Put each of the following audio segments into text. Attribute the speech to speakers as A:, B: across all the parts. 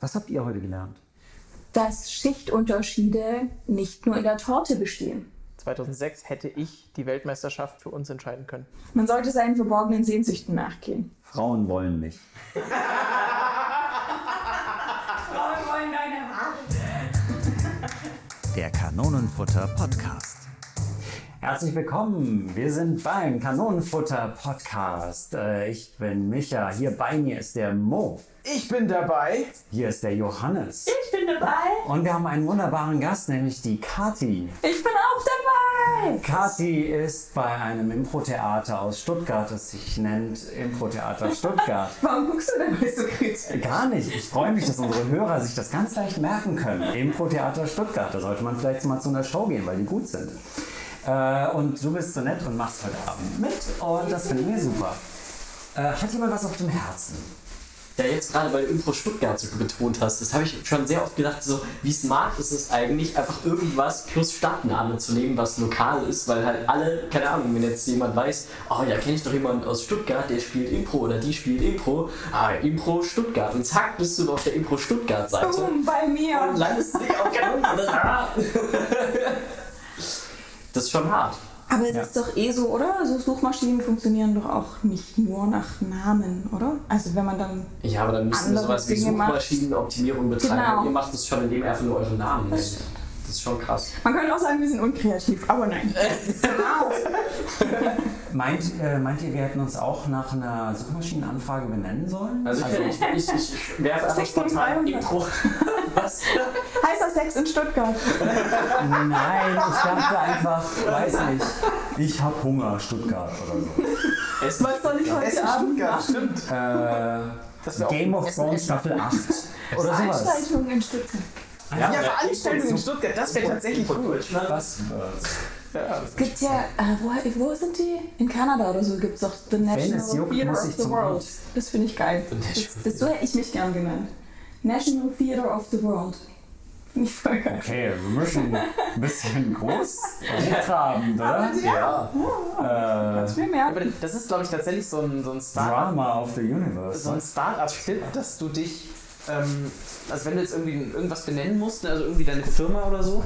A: Was habt ihr heute gelernt?
B: dass Schichtunterschiede nicht nur in der Torte bestehen.
C: 2006 hätte ich die Weltmeisterschaft für uns entscheiden können.
B: Man sollte seinen verborgenen Sehnsüchten nachgehen.
A: Frauen wollen mich.
D: Der Kanonenfutter Podcast.
A: Herzlich willkommen. Wir sind beim Kanonenfutter Podcast. Äh, Ich bin Micha. Hier bei mir ist der Mo.
E: Ich bin dabei.
A: Hier ist der Johannes.
B: Ich bin dabei.
A: Und wir haben einen wunderbaren Gast, nämlich die Kati.
B: Ich bin auch dabei.
A: Kati ist bei einem Improtheater aus Stuttgart, das sich nennt Improtheater Stuttgart.
B: Warum guckst du denn so kritisch?
A: Gar nicht. Ich freue mich, dass unsere Hörer sich das ganz leicht merken können. Impro-Theater Stuttgart. Da sollte man vielleicht mal zu einer Show gehen, weil die gut sind. Äh, und du bist so nett und machst heute Abend mit. Und das finden wir super. Äh, hat jemand was auf dem Herzen?
F: Ja, jetzt gerade, weil du Impro Stuttgart so betont hast, das habe ich schon sehr oft gedacht, so wie smart ist es eigentlich, einfach irgendwas plus Stadtname zu nehmen, was lokal ist, weil halt alle, keine Ahnung, wenn jetzt jemand weiß, oh ja, kenne ich doch jemanden aus Stuttgart, der spielt Impro oder die spielt Impro, ah, Impro Stuttgart und zack, bist du auf der Impro Stuttgart-Seite.
B: Boom, Oh, bei
F: Und
B: mir.
F: landest du auf keine anderen. Ah. Das ist schon hart.
B: Aber es ist doch eh so, oder? So Suchmaschinen funktionieren doch auch nicht nur nach Namen, oder? Also wenn man dann...
F: Ja, aber dann müssen wir
B: Andere
F: sowas wie
B: Dinge machen.
F: Suchmaschinenoptimierung betreiben.
B: Genau.
F: Ihr macht das schon, indem ihr einfach nur euren Namen nennt. Das ist schon krass.
B: Man könnte auch sagen, wir sind unkreativ, aber nein. Genau.
A: Meint, äh, meint ihr, wir hätten uns auch nach einer Suchmaschinenanfrage benennen sollen?
F: Also ich, ich, ich, ich werfe einfach
B: Sechs von
F: spontan
B: 300.
F: Impro. Was?
B: Heißer Sex in Stuttgart.
A: Also, nein, ich dachte einfach, weiß nicht. Ich hab Hunger, Stuttgart oder so.
F: Es war
B: Soll ich heute Abend
E: stimmt. Das wär auch-
A: Äh, Game of Thrones Staffel 8 oder sowas.
B: Veranstaltungen in Stuttgart.
E: Ja,
F: äh,
E: Veranstaltungen in Stuttgart, das wäre tatsächlich cool.
A: Was?
B: Es gibt ja, äh, wo, wo sind die? In Kanada oder so gibt es doch The National
A: es juckt,
B: Theater
A: muss
B: of
A: ich
B: the
A: zum
B: World.
A: Arzt.
B: Das finde ich geil. Das,
F: National
B: das, so hätte ich mich gern genannt. National Theater of the World. Finde ich voll geil.
A: Okay, also wir müssen ein bisschen groß hochtrabend, oder? Äh,
F: ja.
A: Hm.
B: Ich will mehr.
E: Aber das ist, glaube ich, tatsächlich so ein, so ein Startup.
A: Drama of the
E: So ein
A: Universe.
E: Startup-Tipp, dass du dich, ähm, also wenn du jetzt irgendwie irgendwas benennen musst, also irgendwie deine Firma oder so,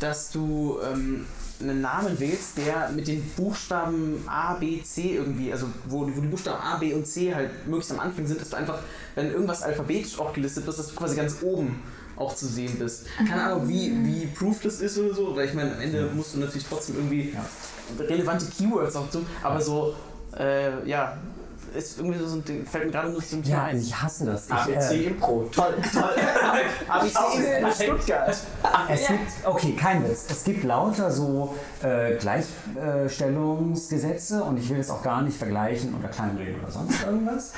E: dass du ähm, einen Namen wählst, der mit den Buchstaben A, B, C irgendwie, also wo, wo die Buchstaben A, B und C halt möglichst am Anfang sind, dass du einfach, wenn irgendwas alphabetisch auch gelistet ist, dass du quasi ganz oben auch zu sehen bist. Keine Ahnung, wie, wie proof das ist oder so, weil ich meine, am Ende musst du natürlich trotzdem irgendwie relevante Keywords auch tun, aber so, äh, ja, ist irgendwie so ein Ding, fällt mir gerade nur so ein bisschen
A: Ja,
E: ein.
A: ich hasse das. Ich,
F: ABC
A: äh,
F: Impro. Toll, toll.
E: ABC in Stuttgart.
A: es gibt, okay, kein Witz. Es gibt lauter so äh, Gleichstellungsgesetze und ich will es auch gar nicht vergleichen oder kleinreden oder sonst irgendwas.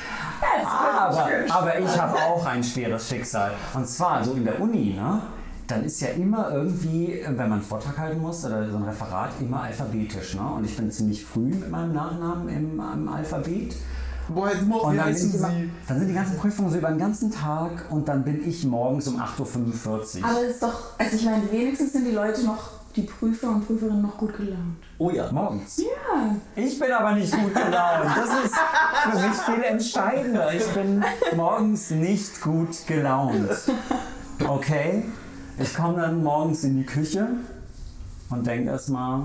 A: Aber, aber ich habe auch ein schweres Schicksal. Und zwar so in der Uni, ne? Dann ist ja immer irgendwie, wenn man einen Vortrag halten muss oder so ein Referat, immer alphabetisch. Ne? Und ich bin ziemlich früh mit meinem Nachnamen im, im Alphabet.
E: Boah, jetzt muss
A: Und dann, bin ich immer, dann sind die ganzen Prüfungen so über den ganzen Tag und dann bin ich morgens um 8.45 Uhr.
B: Aber es ist doch, also ich meine, wenigstens sind die Leute noch, die Prüfer und Prüferinnen noch gut gelaunt.
F: Oh ja.
A: Morgens.
B: Ja.
A: Ich bin aber nicht gut gelaunt. Das ist für mich viel entscheidender. Ich bin morgens nicht gut gelaunt. Okay? Ich komme dann morgens in die Küche und denke erstmal,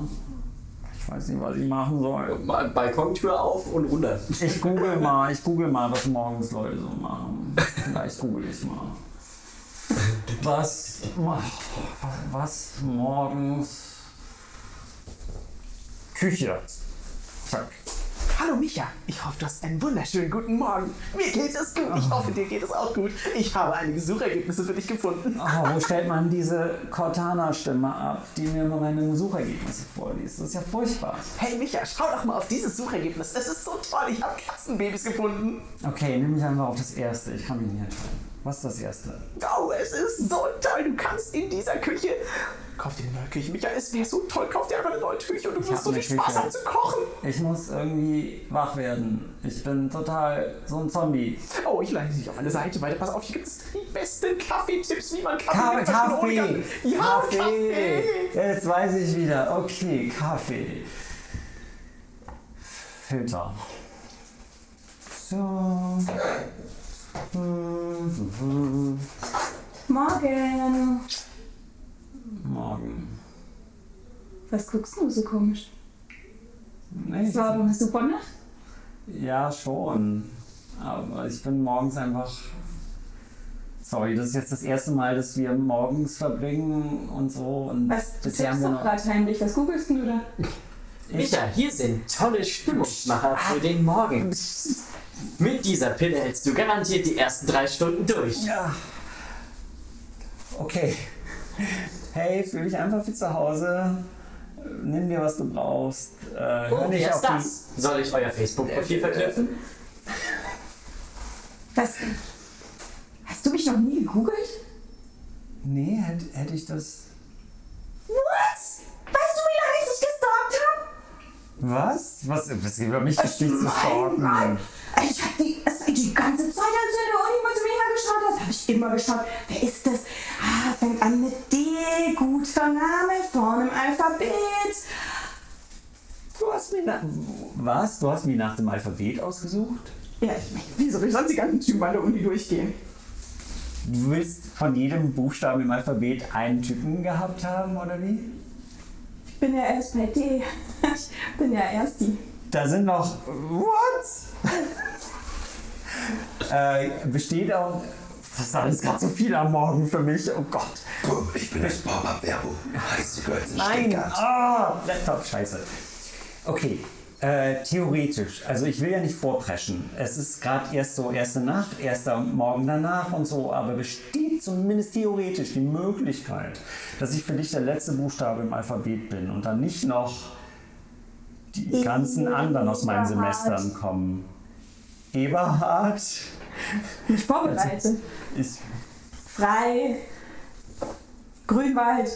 A: ich weiß nicht, was ich machen soll.
F: Ba- Balkontür auf und runter.
A: Ich google mal, ich google mal, was morgens Leute so machen. Vielleicht google ich mal. Was macht, was morgens? Küche. Zack.
E: Hallo Micha, ich hoffe, du hast einen wunderschönen guten Morgen. Mir geht es gut.
A: Oh.
E: Ich hoffe, dir geht es auch gut. Ich habe einige Suchergebnisse für dich gefunden.
A: Oh, wo stellt man diese Cortana-Stimme ab, die mir immer meine Suchergebnisse vorliest? Das ist ja furchtbar.
E: Hey Micha, schau doch mal auf dieses Suchergebnis. Es ist so toll. Ich habe Katzenbabys gefunden.
A: Okay, nimm mich einfach auf das erste. Ich kann mich nicht entscheiden. Was ist das erste?
E: Oh, es ist so toll. Du kannst in dieser Küche. Kauf dir eine neue Küche. Micha, es wäre so toll. Kauf dir einfach eine neue Küche und du
A: hab
E: wirst so
A: eine
E: viel Spaß
A: Küche.
E: haben zu kochen.
A: Ich muss irgendwie wach werden. Ich bin total so ein Zombie.
E: Oh, ich leite dich auf eine Seite weiter. Pass auf, hier gibt es die besten Kaffeetipps, wie man
A: Kaffee,
E: Kaffee
A: Kaffee,
E: kann. Ja, Kaffee.
A: Jetzt weiß ich wieder. Okay, Kaffee. Filter. So.
B: Morgen.
A: Morgen.
B: Was guckst du so komisch?
A: Nee,
B: Es war doch eine super Nacht.
A: Ja, schon. Aber ich bin morgens einfach. Sorry, das ist jetzt das erste Mal, dass wir morgens verbringen und so. Und
B: Was du
A: bisher haben
B: tippst
A: wir
B: doch
A: noch.
B: gerade heimlich. Was googelst du da?
F: Micha, hier sind tolle Stimmungsmacher für den Morgen. Mit dieser Pille hältst du garantiert die ersten drei Stunden durch.
A: Ja. Okay. Hey, fühl dich einfach wie zu Hause. Nimm dir, was du brauchst. Äh, hör
F: Oh,
A: nicht
F: wer
A: auf
F: ist das? Soll ich euer Facebook-Profil verknüpfen?
B: Was? Hast du mich noch nie gegoogelt?
A: Die... Nee, hätte hätt ich das.
B: What? Weißt du, wie lange ich dich gestalkt habe?
A: Was? Was? Was über mich gestiegen zu
B: Nein,
A: stalken?
B: Mann. Ich hab die, das, die ganze Zeit, als du in der Uni mal zu mir hergeschaut hast, habe ich immer geschaut, wer ist das? Ah, fängt an mit D, guter Name, vorne im Alphabet.
A: Du hast mir nach... Was? Du hast mir nach dem Alphabet ausgesucht?
B: Ja, ich meine, wie soll ich sonst die ganzen Typen an der Uni durchgehen?
A: Du willst von jedem Buchstaben im Alphabet einen Typen gehabt haben, oder wie?
B: Ich bin ja erst bei D. Ich bin ja erst die.
A: Da sind noch. What? äh, besteht auch. Das ist alles gerade so viel am Morgen für mich. Oh Gott.
G: Ich bin das Pop-Up-Werbung. Heiße Girls in
A: Nein.
G: Stuttgart.
A: Ah, Laptop, scheiße. Okay. Äh, theoretisch, also ich will ja nicht vorpreschen. Es ist gerade erst so erste Nacht, erster Morgen danach und so, aber besteht zumindest theoretisch die Möglichkeit, dass ich für dich der letzte Buchstabe im Alphabet bin und dann nicht noch die ganzen anderen aus meinen
B: Eberhard.
A: Semestern kommen. Eberhard,
B: Mich vorbereite.
A: ich
B: Frei. Grünwald.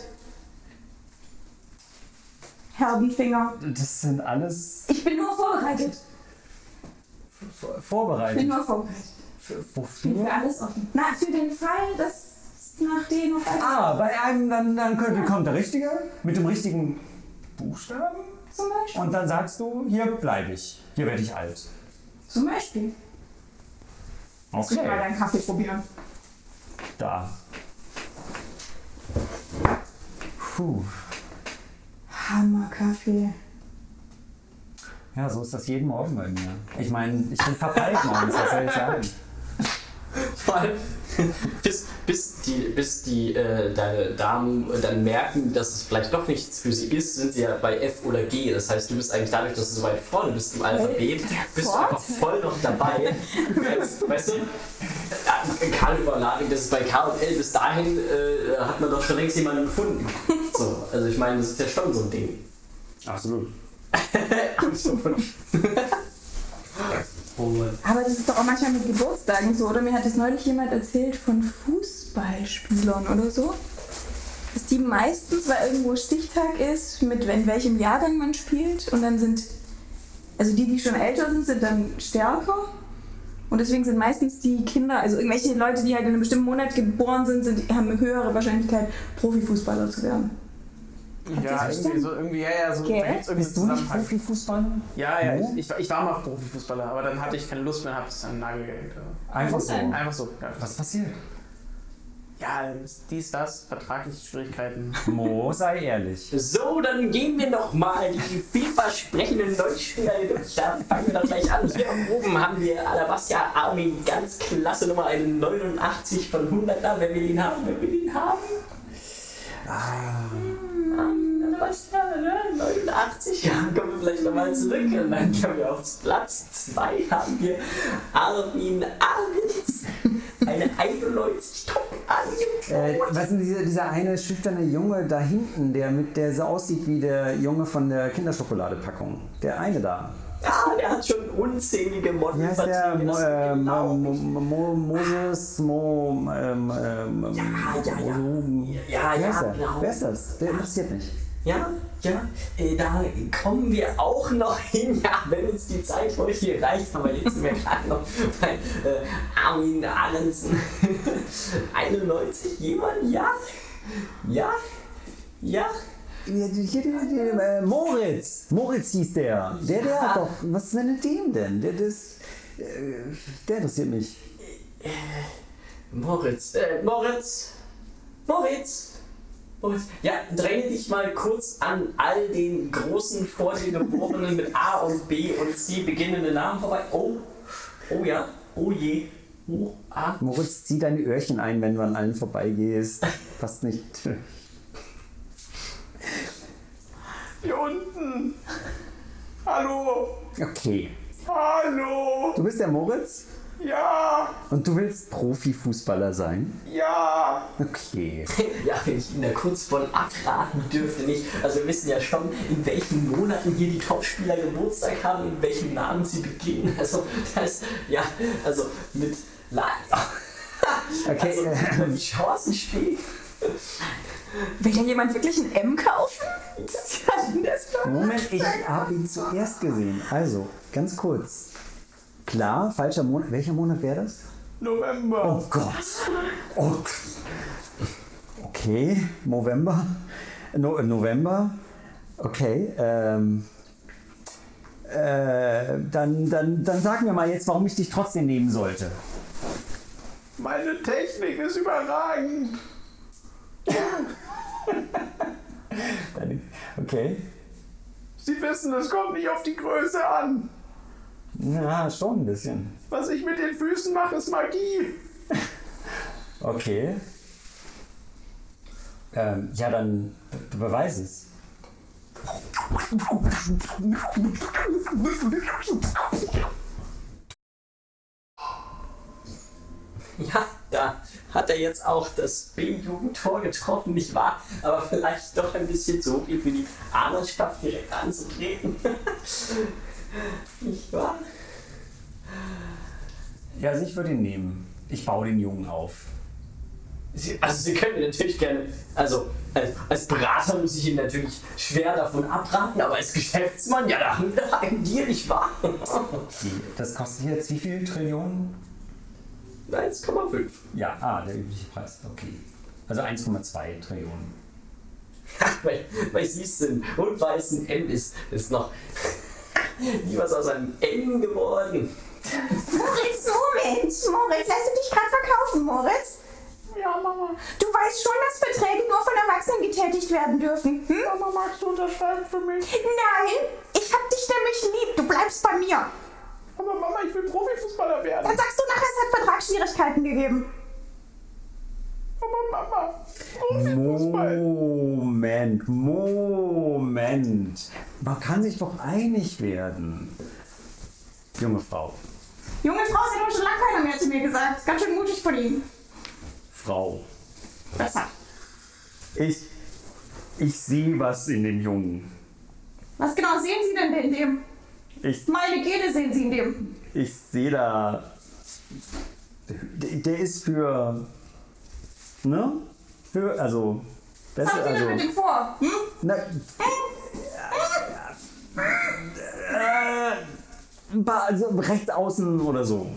B: Herbenfinger.
A: das sind alles
B: Ich bin nur vorbereitet.
A: vor-
B: Ich bin
A: vorbereitet.
B: nur vorbereitet.
A: Für-
B: Ich bin
A: Wofür?
B: für alles offen. Na, für den Fall, dass nach dem noch ein
A: Ah, bei einem, dann, dann könnte, kommt der Richtige mit dem richtigen Buchstaben.
B: zum Beispiel.
A: Und dann sagst du, hier bleibe ich, hier werde ich alt.
B: Zum Beispiel. Lass mich mal
A: Okay,
B: deinen Kaffee probieren.
A: da. Puh.
B: Hammer Kaffee.
A: Ja, so ist das jeden Morgen bei mir. Ich meine, ich bin verpeilt morgens, was soll ich sagen?
F: Vor allem, bis, bis die, bis die äh, deine Damen dann merken, dass es vielleicht doch nichts für sie ist, sind sie ja bei F oder G. Das heißt, du bist eigentlich dadurch, dass du so weit vorne bist im Alphabet, bist du einfach voll noch dabei. weißt, weißt du? Äh, Karl Überladung, das ist bei K und L bis dahin äh, hat man doch schon längst jemanden gefunden. So, also ich meine, das ist ja schon so ein Ding.
A: Absolut.
F: Oh Mann.
B: Aber das ist doch auch manchmal mit Geburtstagen so, oder? Mir hat das neulich jemand erzählt von Fußballspielern oder so. Dass die meistens, weil irgendwo Stichtag ist, mit in welchem Jahrgang man spielt. Und dann sind, also die, die schon älter sind, sind dann stärker. Und deswegen sind meistens die Kinder, also irgendwelche Leute, die halt in einem bestimmten Monat geboren sind, sind haben eine höhere Wahrscheinlichkeit, Profifußballer zu werden.
E: Ja, irgendwie, so, irgendwie, ja, ja, so,
B: Gell?
E: da gibt's irgendwie
A: Bist du nicht Hm?
E: Zusammenhang.
A: Profifußball?
E: Ja, ja,
A: Wo?
E: ich, ich, war- ich war mal Profifußballer, aber dann hatte ich keine Lust mehr und habe es an den Nagel gehängt. aber
A: Einfach so.
E: Einfach so. Ja,
A: Was passiert?
E: ja dies, das, vertragliche Schwierigkeiten.
A: Mo, sei ehrlich.
F: So, dann gehen wir noch mal die vielversprechenden Deutschen durch. Da fangen wir doch gleich an. Hier oben haben wir Alabastia Armin, ganz klasse Nummer, eine 89 von 100. Na, wenn wir ihn haben, wenn wir ihn haben. Ah, Alabastia, ne? 89, ja, kommen wir vielleicht nochmal zurück. Und dann kommen wir auf Platz 2 haben wir Armin Ahrens, eine 91 Top
H: Äh,
F: angekommen.
H: weißt du, dieser, dieser eine schüchterne Junge da hinten, der mit der so aussieht wie der Junge von der Kinderschokoladepackung. Der eine da.
F: Ja, Ah, der hat schon unzählige Motten.
H: Wie heißt der?
F: vertrieben,
H: Mo,
F: das
H: äh,
F: genau.
H: Mo, Mo, Mo, Moses, Mo, ähm, ähm,
F: Ja, ja, ja.
H: Mo-
F: Ja,
H: Wer
F: ja,
H: ist der?
F: genau.
H: Wer ist das? Der interessiert mich.
F: Ja, ja, äh, da kommen wir auch noch hin, ja, wenn uns die Zeit heute hier reicht, aber jetzt sind wir gerade noch bei äh, Armin Ahrensen. 91, jemand? Ja, ja, ja.
H: Hier, hier, hier, hier, äh, Moritz! Moritz hieß der. Der, der hat doch. Was ist denn mit dem denn? Der, das, äh, der interessiert mich.
F: Moritz, äh, Moritz, Moritz, Moritz. Ja, dränge dich mal kurz an all den großen, vor dir geborenen mit A und B und C beginnenden Namen vorbei. Oh, oh ja, oh je, oh, A.
A: Moritz, zieh deine Öhrchen ein, wenn du an allen vorbeigehst. Passt nicht.
I: Hier unten. Hallo.
A: Okay.
I: Hallo.
A: Du bist der Moritz
I: Ja.
A: und du willst Profifußballer sein?
I: Ja.
A: Okay.
F: Ja, wenn ich Ihnen da kurz von abraten dürfte, nicht. Also wir wissen ja schon, in welchen Monaten hier die Topspieler Geburtstag haben, in welchen Namen sie beginnen. Also das, ja, also mit La
A: Okay,
F: Also, die Chancen stehen.
B: Will denn jemand wirklich ein M kaufen? Was kann das für ein
A: Moment, ich habe ihn zuerst gesehen. Also, ganz kurz. Klar, falscher Monat. Welcher Monat wäre das?
I: November.
A: Oh Gott. Oh. Okay, November. No, äh, November. Okay, ähm. Äh, dann, dann, dann sag mir mal jetzt, warum ich dich trotzdem nehmen sollte.
I: Meine Technik ist überragend.
A: Okay.
I: Sie wissen, es kommt nicht auf die Größe an.
A: Ja, schon ein bisschen.
I: Was ich mit den Füßen mache, ist Magie.
A: Okay. Ähm, ja, dann be be- beweis es.
F: Ja, da hat er jetzt auch das B-Jugendtor getroffen, nicht wahr? Aber vielleicht doch ein bisschen zu hoch, für die Adelschaft direkt anzutreten. nicht wahr?
A: Ja, also ich würde ihn nehmen. Ich baue den Jungen auf.
F: Sie- Also Sie können mir natürlich gerne, also als, als Berater muss ich Ihnen natürlich schwer davon abraten, aber als Geschäftsmann, ja, da haben wir doch einen Deal, nicht wahr?
A: Das kostet jetzt wie viel Trillionen?
F: 1,5.
A: Ja, ah, der übliche Preis. Okay. Also 1,2 Trillionen.
F: weil, weil sie es sind und weil es ein M ist, ist noch nie was aus einem M geworden.
J: Moritz, Moment! Moritz, lässt du dich gerade verkaufen, Moritz?
I: Ja, Mama.
J: Du weißt schon, dass Verträge nur von Erwachsenen getätigt werden dürfen. Hm?
I: Mama, magst du unterschreiben für mich?
J: Nein, ich hab dich nämlich lieb. Du bleibst bei mir.
I: Aber Mama, ich will Profifußballer werden.
J: Dann sagst du nachher, es hat Vertragsschwierigkeiten gegeben.
I: Aber Mama, Profifußball.
A: Moment, Moment. Man kann sich doch einig werden. Junge Frau,
J: Junge Frau, sie hat doch schon lange keiner mehr zu mir gesagt. Ganz schön mutig von Ihnen.
A: Frau,
J: Besser.
A: ich, ich sehe was in dem Jungen.
J: Was genau sehen Sie denn in dem?
A: Ich,
J: Meine Gene sehen Sie in dem.
A: ich sehe da. Der, der ist für. Ne? Für, also.
J: Was haben
A: Besser,
J: Sie denn mit
A: also.
J: dem vor? Hm?
A: Na, äh, ein paar, also rechts außen oder so.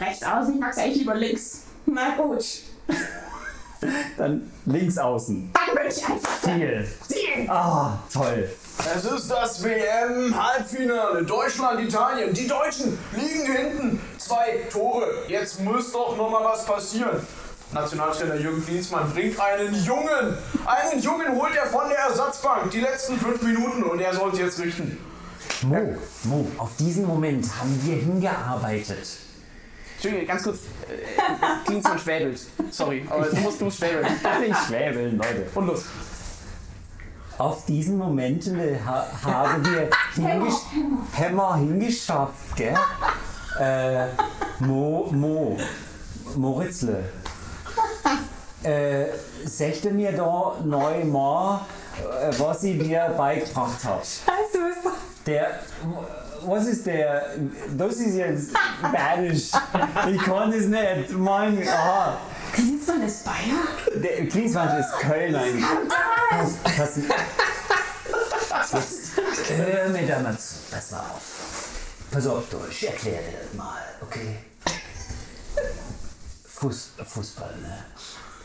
J: Rechts außen, ich mag's eigentlich lieber links. Na gut.
A: Dann links außen.
J: Dann bin ich einfach.
A: Deal. Ah, toll.
I: Es ist das WM-Halbfinale. Deutschland, Italien. Die Deutschen liegen hinten. Zwei Tore. Jetzt muss doch noch mal was passieren. Nationaltrainer Jürgen Klinsmann bringt einen Jungen. Einen Jungen holt er von der Ersatzbank. Die letzten fünf Minuten und er soll es jetzt richten.
E: Mo, Mo, auf diesen Moment haben wir hingearbeitet.
I: Entschuldigung, ganz kurz.
E: äh,
I: Klinsmann schwäbelt. Sorry, aber jetzt musst du schwäbeln.
A: Ich schwäbeln, Leute.
I: Und los.
E: Auf diesen Moment äh, ha haben wir hingesch Hämmer hingeschafft, gell? äh, Mo, Mo, Moritzle. Äh, sächte mir da neu mal, äh, was sie dir beigebracht hat.
B: Scheiße, du bist
E: Der, was ist der, das ist jetzt bayerisch. Ich kann das nicht, Mann, aha.
B: Klinsmann ist Bayer?
E: Der Klinsmann ist Köln eigentlich. Pass, pass, jetzt hör mir da mal zu. Pass mal auf. Pass auf, Deutsch, erklär dir das mal, okay? Fuß, Fußball, ne?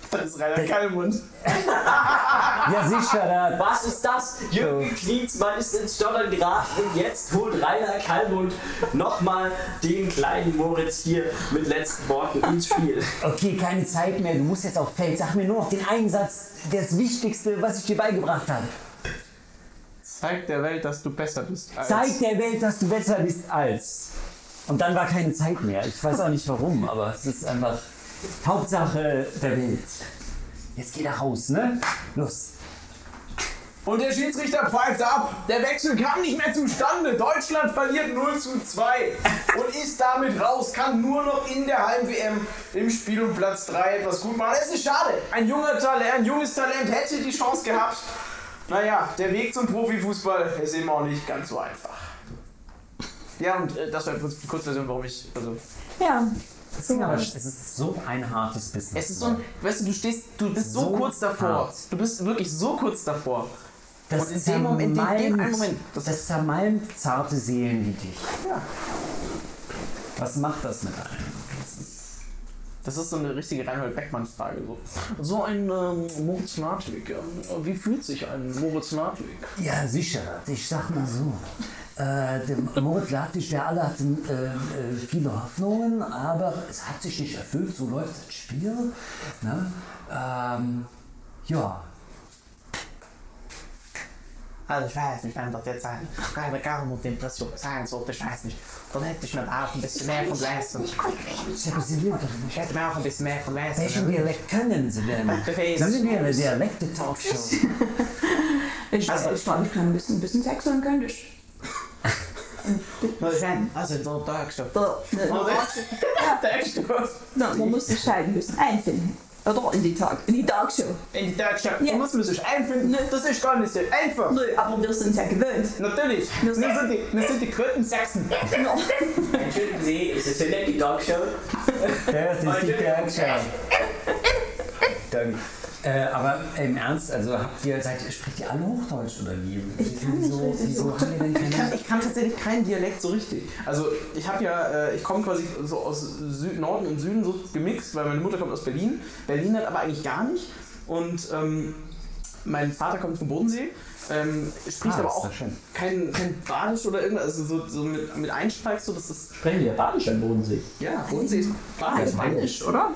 E: Das ist Rainer Kallmund.
A: Ja, sicher,
F: Was ist das? Jürgen Klinsmann ist ins Stottern geraten und jetzt holt Rainer Kallmund nochmal den kleinen Moritz hier mit letzten Worten ins Spiel.
A: da. Okay, keine Zeit mehr, du musst jetzt auf Feld. Sag mir nur noch den Einsatz, das Wichtigste, was ich dir beigebracht habe.
E: Zeig der Welt, dass du besser bist. als-
A: Zeig der Welt, dass du besser bist als. Und dann war keine Zeit mehr. Ich weiß auch nicht warum, aber es ist einfach Hauptsache der Welt. Jetzt geh da raus, ne? Los.
E: Und der Schiedsrichter pfeift ab. Der Wechsel kam nicht mehr zustande. Deutschland verliert 0 zu 2 und ist damit raus. Kann nur noch in der Heim-WM im Spiel um Platz 3 etwas gut machen. Es ist schade. Ein junger Talent, ein junges Talent hätte die Chance gehabt. Naja, der Weg zum Profifußball ist eben auch nicht ganz so einfach. Ja, und äh, das war im Prinzip die Kurzversion, warum ich. Also
B: Ja.
A: Aber es ist so ein hartes Business.
E: es ist so ein. Weißt du, du stehst. Du bist so,
A: So
E: kurz davor.
A: hart.
E: Du bist wirklich so kurz davor.
A: Das
E: Und in dem Moment- in dem
A: zermalmt-
E: einen Moment,
A: Das,
E: das-
A: zermalmt zarte Seelen wie dich. Was macht das mit einem?
E: Das ist so eine richtige Reinhold Beckmann-Frage. So. so ein ähm, Moritz Nadwig. Ja. Wie fühlt sich ein Moritz Nadwig?
A: Ja, sicher. Ich sag mal so. Äh, der Moritz Latisch, der alle hatten äh, äh, viele Hoffnungen, aber es hat sich nicht erfüllt. So läuft das Spiel. Ne? Ähm, ja,
E: Also ich weiß nicht, wenn das jetzt ein kleiner Garm und Impression sein sollte, ich weiß nicht. Dann hätte ich mir auch ein bisschen mehr von Leistung.
A: ich habe sie lieber.
E: Ich hätte mir auch ein bisschen mehr von
A: Welchen
E: Leistung.
A: Dialekt können Sie denn?
E: Befehl.
A: Sind Sie eine Dialekte-Talkshow?
B: Ich, also, ich kann ein bisschen, ein bisschen sexuell könnte ich.
E: Also so Deutsch.
B: Da, ne, na, man muss sich halt ein bisschen einfinden. Oder in die Tag, in die Tagshow.
E: In die Deutsche.
B: Ja.
E: Du musst mir sich einfinden. Das ist gar nicht so einfach.
B: Nö, aber wir sind ja gewöhnt.
E: Natürlich. Wir sind die, wir sind die Kröten Sachsen.
F: Entschuldigen Sie, ist es denn die Dogshow?
A: Das ist die Bergschau. Danke. Äh, aber im Ernst, also habt ihr, seid, ihr- spricht ihr alle Hochdeutsch oder wie? Ich kann wieso, nicht wieso haben wir denn
E: Ich
A: keine
E: kann, ich kann tatsächlich keinen Dialekt so richtig. Also ich habe ja, äh, ich komme quasi so aus Sü Norden und Süden so gemixt, weil meine Mutter kommt aus Berlin. Berlin hat aber eigentlich gar nicht. Und ähm, mein Vater kommt vom Bodensee, ähm, spricht
A: Ah,
E: aber
A: ist
E: auch
A: doch schön.
E: kein, kein Badisch oder irgendwas, also so, so mit, mit Einsteig, so das ist,
F: Sprechen wir Badisch am Bodensee?
E: ja, Bodensee ist Badisch.
F: Badisch,
E: oder?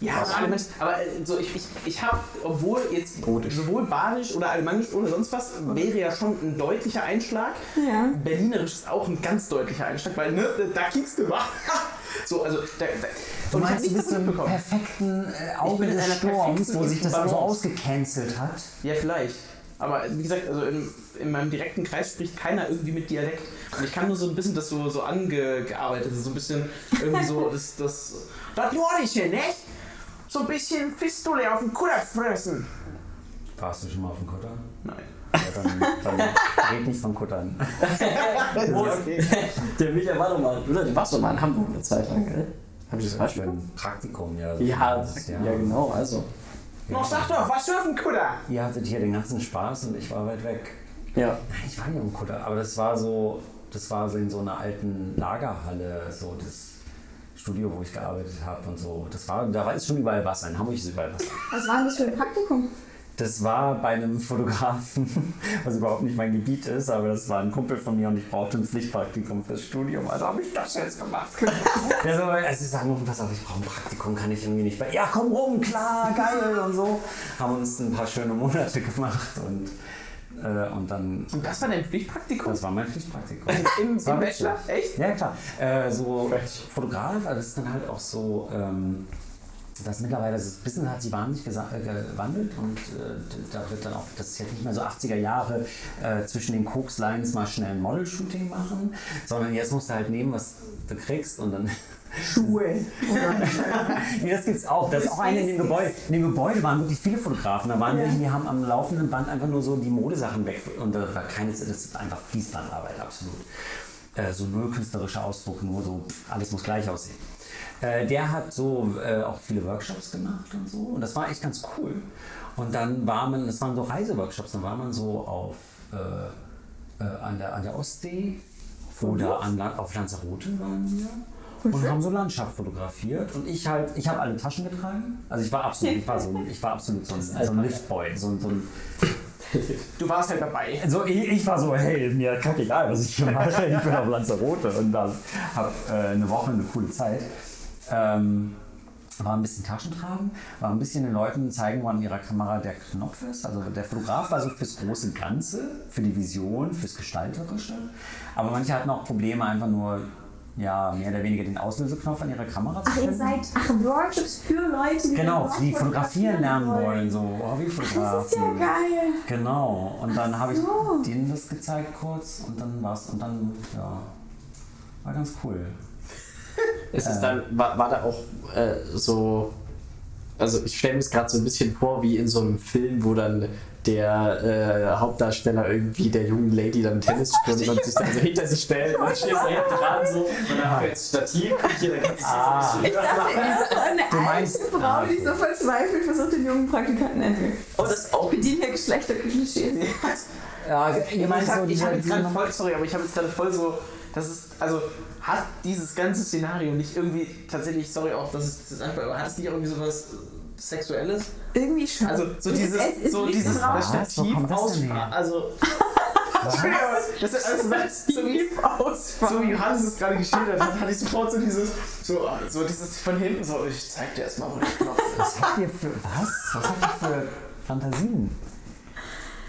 E: Ja, aber, Alemannisch- aber äh, so, ich, ich, ich habe, obwohl jetzt sowohl Badisch oder Alemannisch oder sonst was, wäre ja schon ein deutlicher Einschlag.
B: Ja.
E: Berlinerisch ist auch ein ganz deutlicher Einschlag, weil ne, da kiekst du mal. so, also da, da,
A: Du
E: und ich hab
A: meinst, du bist
E: nichts
A: so
E: davon
A: im
E: mitbekommen.
A: perfekten äh, Auge
E: bin in
A: des
E: einer
A: Sturms,
E: perfekten
A: wo sich das also
E: Balance.
A: ausgecancelt hat.
E: Ja, vielleicht. Aber wie gesagt, also in, in meinem direkten Kreis spricht keiner irgendwie mit Dialekt. Und ich kann nur so ein bisschen das so, so angearbeitet, so ein bisschen irgendwie so das. Das, das Nordische, ne? So ein bisschen Fistule auf den Kutter fressen.
A: Warst du schon mal auf dem Kutter?
E: Nein.
A: Ja, dann, dann red nicht vom Kuttern.
F: Der Micha war doch mal, oder? Du warst doch mal in Hamburg eine Zeit lang, gell? Hab ich das falsch gemacht?
A: Praktikum, ja.
F: Ja,
A: ja.
F: ja, genau, also.
E: Noch sag doch, was für ein Kutter?
A: Ihr hattet hier den ganzen Spaß und ich war weit weg.
F: Ja.
A: Ich war nicht im Kutter, aber das war so, das war so in so einer alten Lagerhalle, so das Studio, wo ich gearbeitet habe und so. Das war, da war ist schon überall Wasser. In Hamburg ist überall Wasser.
B: Was war denn das für ein Praktikum?
A: Das war bei einem Fotografen, was überhaupt nicht mein Gebiet ist, aber das war ein Kumpel von mir und ich brauchte ein Pflichtpraktikum fürs Studium. Also habe ich das jetzt gemacht. Der so, also ich sage, pass auf, ich brauche ein Praktikum, kann ich irgendwie nicht bei. Ja, komm rum, klar, geil und so. Haben uns ein paar schöne Monate gemacht und, äh, und dann
E: Und das war dein Pflichtpraktikum? Also
A: das war mein Pflichtpraktikum.
E: Im,
A: war
E: im Bachelor? Echt?
A: Ja, klar. Äh, so Fotograf, also das ist dann halt auch so, ähm, dass mittlerweile das Business hat sich wahnsinnig gesa- äh, gewandelt und äh, d- da wird dann auch, das ist jetzt nicht mehr so 80er Jahre äh, zwischen den Koks-Lines mal schnell ein Model-Shooting machen, sondern jetzt musst du halt nehmen, was du kriegst und dann.
B: Schuhe.
A: Nee, das gibt's auch. Das ist auch eine in dem Gebäude. In dem Gebäude waren wirklich viele Fotografen. Da waren welche, die haben am laufenden Band einfach nur so die Modesachen weg. Und da war keine, das ist einfach Fließbandarbeit, absolut. Äh, so null künstlerischer Ausdruck, nur so, alles muss gleich aussehen. Äh, der hat so äh, auch viele Workshops gemacht und so. Und das war echt ganz cool. Und dann war man, das waren so Reiseworkshops, dann war man so auf, äh, äh, an, der, an der Ostsee oder an, La- auf Lanzarote waren wir.
B: Cool.
A: und haben so Landschaft fotografiert und ich halt, ich habe alle Taschen getragen. Also ich war absolut, ich war so, ein- ich war absolut so ein, so ein Liftboy, so ein, so ein
E: Du warst halt dabei.
A: also ich, ich war so, hey, mir kackegal, was ich hier mache. Ich bin auf Lanzarote und da habe äh, eine Woche eine coole Zeit. Ähm, war ein bisschen Taschen tragen, war ein bisschen den Leuten zeigen, wo an ihrer Kamera der Knopf ist. Also der Fotograf war so fürs große Ganze, für die Vision, fürs Gestalterische. Aber manche hatten auch Probleme, einfach nur ja, mehr oder weniger den Auslöseknopf an ihrer Kamera zu
J: Ach, ihr
A: finden.
J: seid ach, Workshops für Leute, die
A: Genau, Ah,
J: was
A: die fotografieren lernen wollen, so Hobbyfotografen.
B: Das ist ja geil.
A: Genau, und dann habe
B: so.
A: ich denen das gezeigt kurz und dann war's und dann, ja, war ganz cool.
F: Ist
E: Äh.
F: es dann, war, war da auch äh, so. Also ich stelle mir es gerade so ein bisschen vor, wie in so einem Film, wo dann der äh, Hauptdarsteller irgendwie der jungen Lady dann Tennis spielt und sich dann so hinter sich stellt und steht so hinten dran so und dann hat er jetzt Stativ und hier, dann kannst du ah.
B: Ich dachte erst so eine
A: meinst- Ah,
B: alte Frau, die so verzweifelt versucht, den jungen Praktikanten entwickeln.
F: Oh, das ist auch
B: Bedienen ja Geschlechterklischees.
A: Ja, ihr meint
E: also Ich
A: so, diese,
E: habe hab jetzt
A: diese
E: gerade voll, sorry, aber ich habe jetzt gerade voll so, das ist, also hat dieses ganze Szenario nicht irgendwie tatsächlich, sorry auch, dass ich das anspreche, aber hat es nicht irgendwie sowas äh, Sexuelles?
B: Irgendwie schon.
E: Also so
B: Es
E: dieses,
B: ist
E: so
B: nicht
E: dieses
B: dran.
E: das
A: Wo
E: Stativ
A: kommt das denn
E: aus,
A: her?
E: also das ist alles so- so wie so wie Johannes es gerade geschildert hat, hatte ich sofort so dieses, so, so dieses von hinten so, ich zeig dir erstmal, wo der Knopf ist.
A: was habt ihr für, was? Was habt ihr für Fantasien?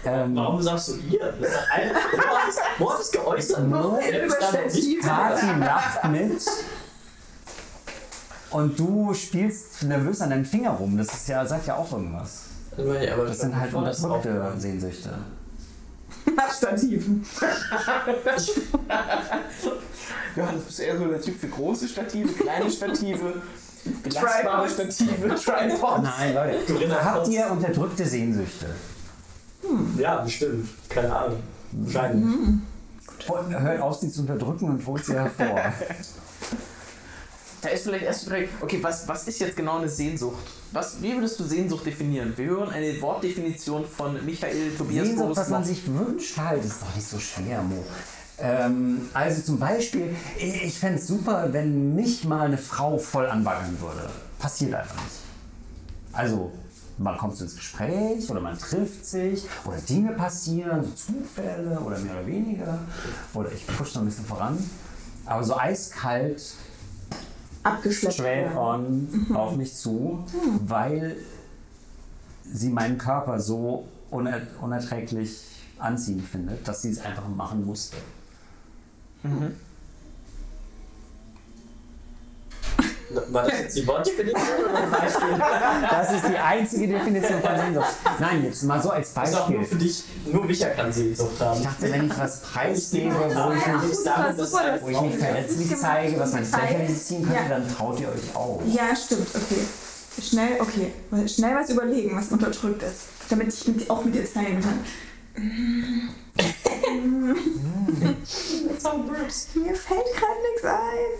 A: Ähm,
F: Warum sagst du ihr? Das ist doch ein- Wo hat es- Wo hat es geäußert?
A: Nur Party macht mit und du spielst nervös an deinem Finger rum, das ist ja, sagt ja auch irgendwas. Das sind halt unterdrückte Sehnsüchte.
B: Nach Stativen.
E: Johannes, bist du eher so der Typ für große Stative, kleine Stative, belastbare Stative, Tripods?
A: Nein, Leute, habt ihr unterdrückte Sehnsüchte?
F: Ja, bestimmt. Keine Ahnung. Wahrscheinlich.
A: Und hört auf, sie zu unterdrücken und holt sie hervor.
E: Da ist vielleicht erst die Frage, okay, was, was ist jetzt genau eine Sehnsucht? Was, wie würdest du Sehnsucht definieren? Wir hören eine Wortdefinition von Michael Tobias
A: Sehnsucht,
E: Boris
A: was man
E: Moch.
A: sich wünscht, halt, ist doch nicht so schwer, Mo. Ähm, also zum Beispiel, ich, ich fände es super, wenn mich mal eine Frau voll anbaggern würde. Passiert einfach nicht. Also, man kommt so ins Gespräch oder man trifft sich oder Dinge passieren, so Zufälle oder mehr oder weniger. Oder ich pushe noch ein bisschen voran. Aber so eiskalt
B: Abgeschleppt.
A: straight on auf mich zu, weil sie meinen Körper so uner unerträglich anziehend findet, dass sie es einfach machen musste.
F: War das jetzt die Wortdefinition oder ein Beispiel?
A: Das ist die einzige Definition von Sehnsucht. Nein, jetzt mal so als
F: Das ist auch nur
A: Beispiel.
F: für dich. Nur Micha kann Sehnsucht haben.
A: Ich dachte, wenn ich was preisgebe, wo ich
B: Ja,
A: mich,
B: gut, das war super, dass
A: wo ich mich verletzlich zeige, was mein Lächerlich ziehen könnte,
B: Ja.
A: dann traut ihr euch auf.
B: Ja, stimmt, okay. Schnell, okay. Schnell was überlegen, was unterdrückt ist. Damit ich mit, auch mit dir teilen kann. Mir fällt gerade nichts ein.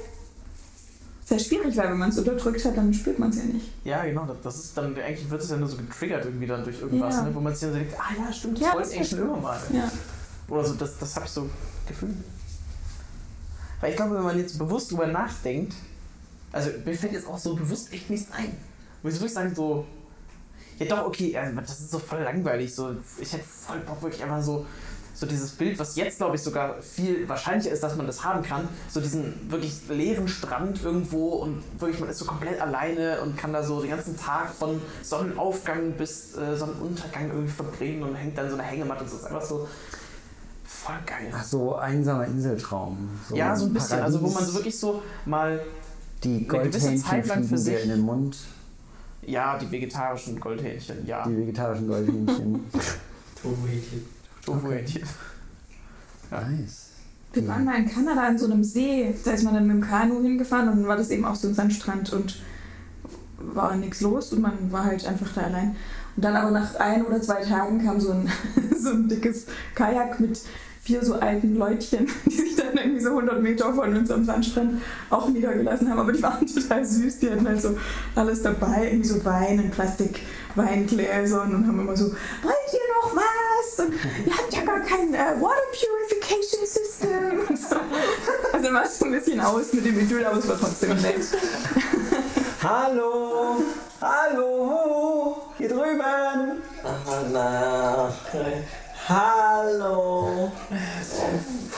B: Ist ja schwierig, weil wenn man es unterdrückt hat, dann spürt man es ja nicht.
E: Ja, genau, das- das ist dann, eigentlich wird es ja nur so getriggert irgendwie dann durch irgendwas,
B: Ja.
E: ne, wo man sich dann so denkt, ah ja, stimmt, das
B: Ja,
E: wollte ich
B: das
E: eigentlich schon immer mal.
B: Ja.
E: Oder so, das, das habe ich so gefühlt. Weil ich glaube, wenn man jetzt bewusst drüber nachdenkt, also mir fällt jetzt auch so bewusst echt nichts ein. Wo ich so wirklich sagen, so, ja doch, okay, also das ist so voll langweilig. So, ich hätte voll Bock, wirklich einfach so, so dieses Bild, was jetzt glaube ich sogar viel wahrscheinlicher ist, dass man das haben kann, so diesen wirklich leeren Strand irgendwo und wirklich, man ist so komplett alleine und kann da so den ganzen Tag von Sonnenaufgang bis äh, Sonnenuntergang irgendwie verbringen und hängt dann so eine Hängematte und so ist einfach so voll geil.
A: Ach so, einsamer Inseltraum.
E: Ja, so ein bisschen. Also wo man so
A: Paradies,
E: wirklich so mal,
A: die
E: eine gewisse
A: Goldhähnchen
E: Zeit lang für
A: fliegen dir
E: sich-
A: in den Mund,
E: ja, die vegetarischen Goldhähnchen, ja.
A: die vegetarischen Goldhähnchen.
E: Tofu-Hähnchen.
A: nice.
B: Wir waren mal in Kanada an so einem See. Da ist man dann mit dem Kanu hingefahren und dann war das eben auch so ein Sandstrand und war nichts los und man war halt einfach da allein. Und dann aber nach ein oder zwei Tagen kam so ein, so ein dickes Kajak mit vier so alten Leutchen, die sich dann irgendwie so 100 Meter von uns am Sandstrand auch niedergelassen haben. Aber die waren total süß, die hatten halt so alles dabei, irgendwie so Wein in Plastikweingläsern und haben immer so, wollt ihr noch was? ist und wir hatten ja gar kein äh, Water Purification System. und so. Also war es so ein bisschen aus mit dem Idyll, aber es war trotzdem nett.
A: Hallo! Hallo! Hier drüben! Hallo!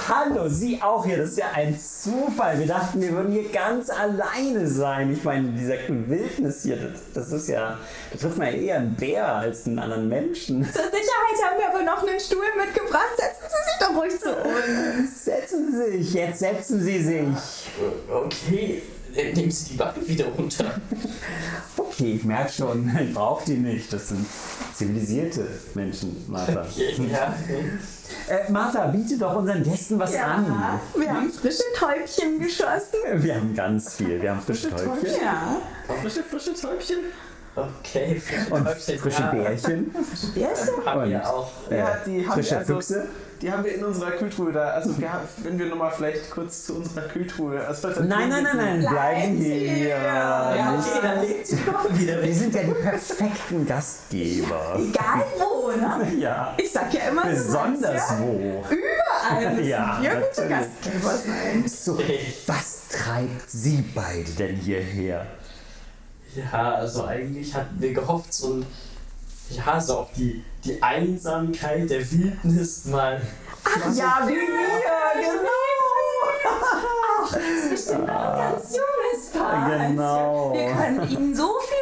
A: Hallo, Sie auch hier. Das ist ja ein Zufall. Wir dachten, wir würden hier ganz alleine sein. Ich meine, dieser Wildnis hier, das, das ist ja, da trifft man ja eher einen Bär als einen anderen Menschen.
B: Zur Sicherheit haben wir aber noch einen Stuhl mitgebracht. Setzen Sie sich doch ruhig zu uns.
A: Setzen Sie sich, jetzt setzen Sie sich.
F: Okay, äh, nehmen Sie die Waffe wieder runter.
A: Okay, ich merke schon, ich brauche die nicht. Das sind zivilisierte Menschen, Martha.
F: ja.
A: Äh, Martha, biete doch unseren Gästen was an.
B: Wir haben frische Täubchen geschossen.
A: Wir haben ganz viel. Wir haben frische Täubchen
B: Ja.
F: Frische, frische Täubchen? Okay, frische
A: und
F: Täubchen.
A: frische
F: ja.
A: Bärchen.
F: Haben
A: Und-
F: wir auch.
E: Ja,
A: Äh,
E: die haben
A: frische
E: wir also-
A: Füchse.
E: Die haben wir in unserer Kühltruhe da. Also wir haben, wenn wir nochmal vielleicht kurz zu unserer Kühltruhe. Also falls-
A: Nein, nein, nein, nein, bleiben hier.
F: Ja, okay, dann legt die Waffe wieder
A: Wir
F: weg.
A: sind ja die perfekten Gastgeber.
B: Egal wo, ne?
A: Ja.
B: Ich sag ja immer,
A: Besonders wo.
B: überall müssen
A: Ja,
B: wir gute
A: natürlich.
B: Gastgeber sein.
A: So, was treibt Sie beide denn hierher?
F: Ja, also eigentlich hatten wir gehofft, so ein, ja, so auf die, die Einsamkeit der Wildnis mal.
B: Ach ja, wie wir, genau. Ach, das ist bestimmt ein ganz junges Paar.
A: Genau.
B: Wir können ihnen so viel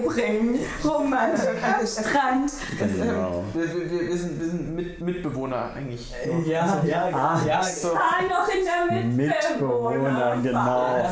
B: beibringen. Romantik am Strand.
A: Genau.
E: Wir, wir, wir, wir sind, wir sind Mit, Mitbewohner eigentlich.
F: Ja, ja,
A: Ah.
F: ja. So.
B: Ah, noch in der
A: Mitbewohner, genau.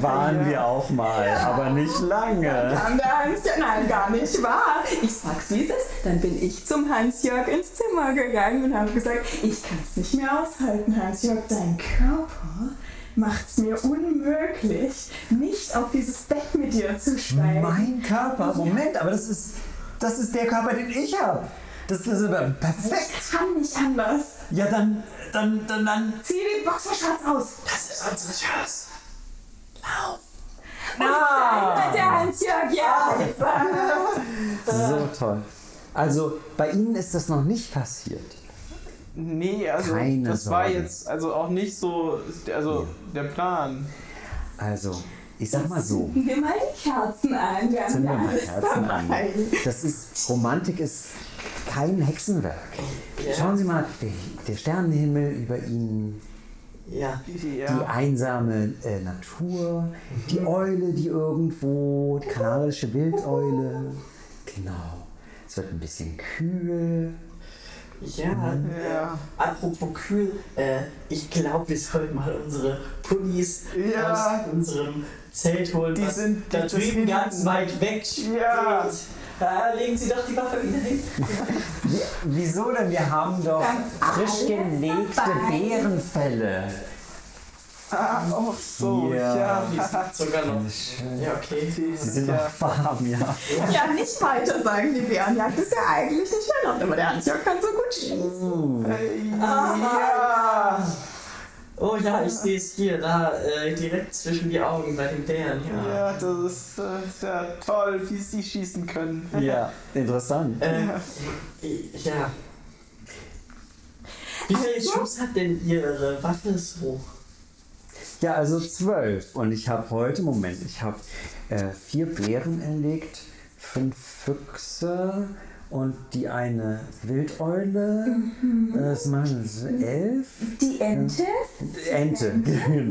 A: Waren wir auch mal, aber nicht lange.
B: Dann der Hans-Jörg, nein, gar nicht wahr. Ich sag's wie es ist. Dann bin ich zum Hans-Jörg ins Zimmer gegangen und habe gesagt, ich kann's nicht mehr aushalten, Hans-Jörg. Dein Körper macht's mir unmöglich, nicht auf dieses Bett mit dir zu
A: Hm.
B: steigen.
A: Mein Körper? Moment, aber das ist, das ist der Körper, den ich habe. Das ist aber perfekt.
B: Ich kann nicht anders.
A: Ja, dann, dann, dann, dann.
B: Zieh den Boxershorts aus.
A: Ah!
B: Mit der Hans-Jörg, ja.
A: So toll. Also, bei Ihnen ist das noch nicht passiert.
E: Nee, also
A: Keine
E: das war
A: Sorge.
E: jetzt also auch nicht so, also der Plan.
A: Also, ich sag mal so.
B: Nimm mal die Kerzen an. Wir haben
A: Zünden
B: ja
A: wir mal
B: alles
A: Kerzen an.
B: dabei.
A: Das ist, Romantik ist kein Hexenwerk. Schauen Sie mal, der, der Sternenhimmel über Ihnen,
F: Ja.
A: die
E: Ja.
A: einsame äh, Natur, die Eule, die irgendwo, die kanadische Wildeule. Genau. Es wird ein bisschen kühl.
F: Ja,
E: Ja.
F: apropos kühl, äh, ich glaube, wir sollten mal unsere Pullis
E: Ja.
F: aus unserem Zelt holen.
E: Die
F: was
E: sind-
F: da
E: die sind
F: drüben
E: hinten.
F: ganz weit weg.
E: Ja.
F: steht. Ah, legen Sie doch die Waffe wieder hin.
A: Wieso denn? Wir haben doch frisch gelegte Bärenfälle.
E: Ah, auch so.
A: Ja.
E: Ja.
F: Die sind sogar noch. Ja, okay.
A: Sie sind noch warm, ja.
B: Ja, nicht weiter sagen, die Bärenjagd ist ja eigentlich nicht erlaubt, aber der Hans-Jörg kann so gut schießen.
A: Uh,
E: Ja.
F: Oh ja, ich sehe es hier, da äh, direkt zwischen die Augen bei den Bären. Ja.
E: Ja, das ist, das ist ja toll, wie sie schießen können.
A: Ja, interessant.
F: Äh, ja. Wie viel Schuss hat denn Ihre Waffe so?
A: Ja, also zwölf. Und ich habe heute, Moment, ich habe äh, vier Bären erlegt, fünf Füchse und die eine Wildeule. Das machen es elf.
B: Die Ente?
A: Ente.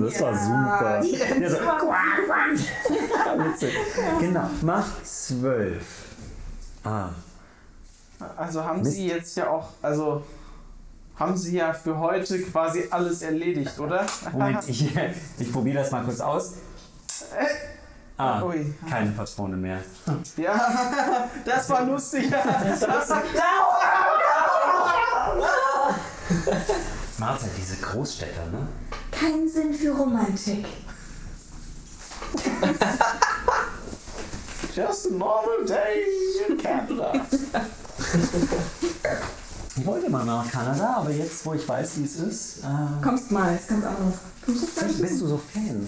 A: Das war super. Ja, so, quack, quack. Ja, witzig. Genau, macht zwölf. Ah,
E: Also haben
A: Mist.
E: sie jetzt ja auch, also haben sie ja für heute quasi alles erledigt, oder?
A: Moment, ich, ich probiere das mal kurz aus. Ah,
E: Ui.
A: keine Patrone mehr.
E: Ja, das war lustig.
A: Martha, diese Großstädter, ne?
K: Keinen Sinn für Romantik.
E: Just a normal day in Canada.
A: Ich wollte mal nach Kanada, aber jetzt, wo ich weiß, wie es ist, äh,
B: Kommst mal, ist ganz anders.
A: bist du so Fan, oder?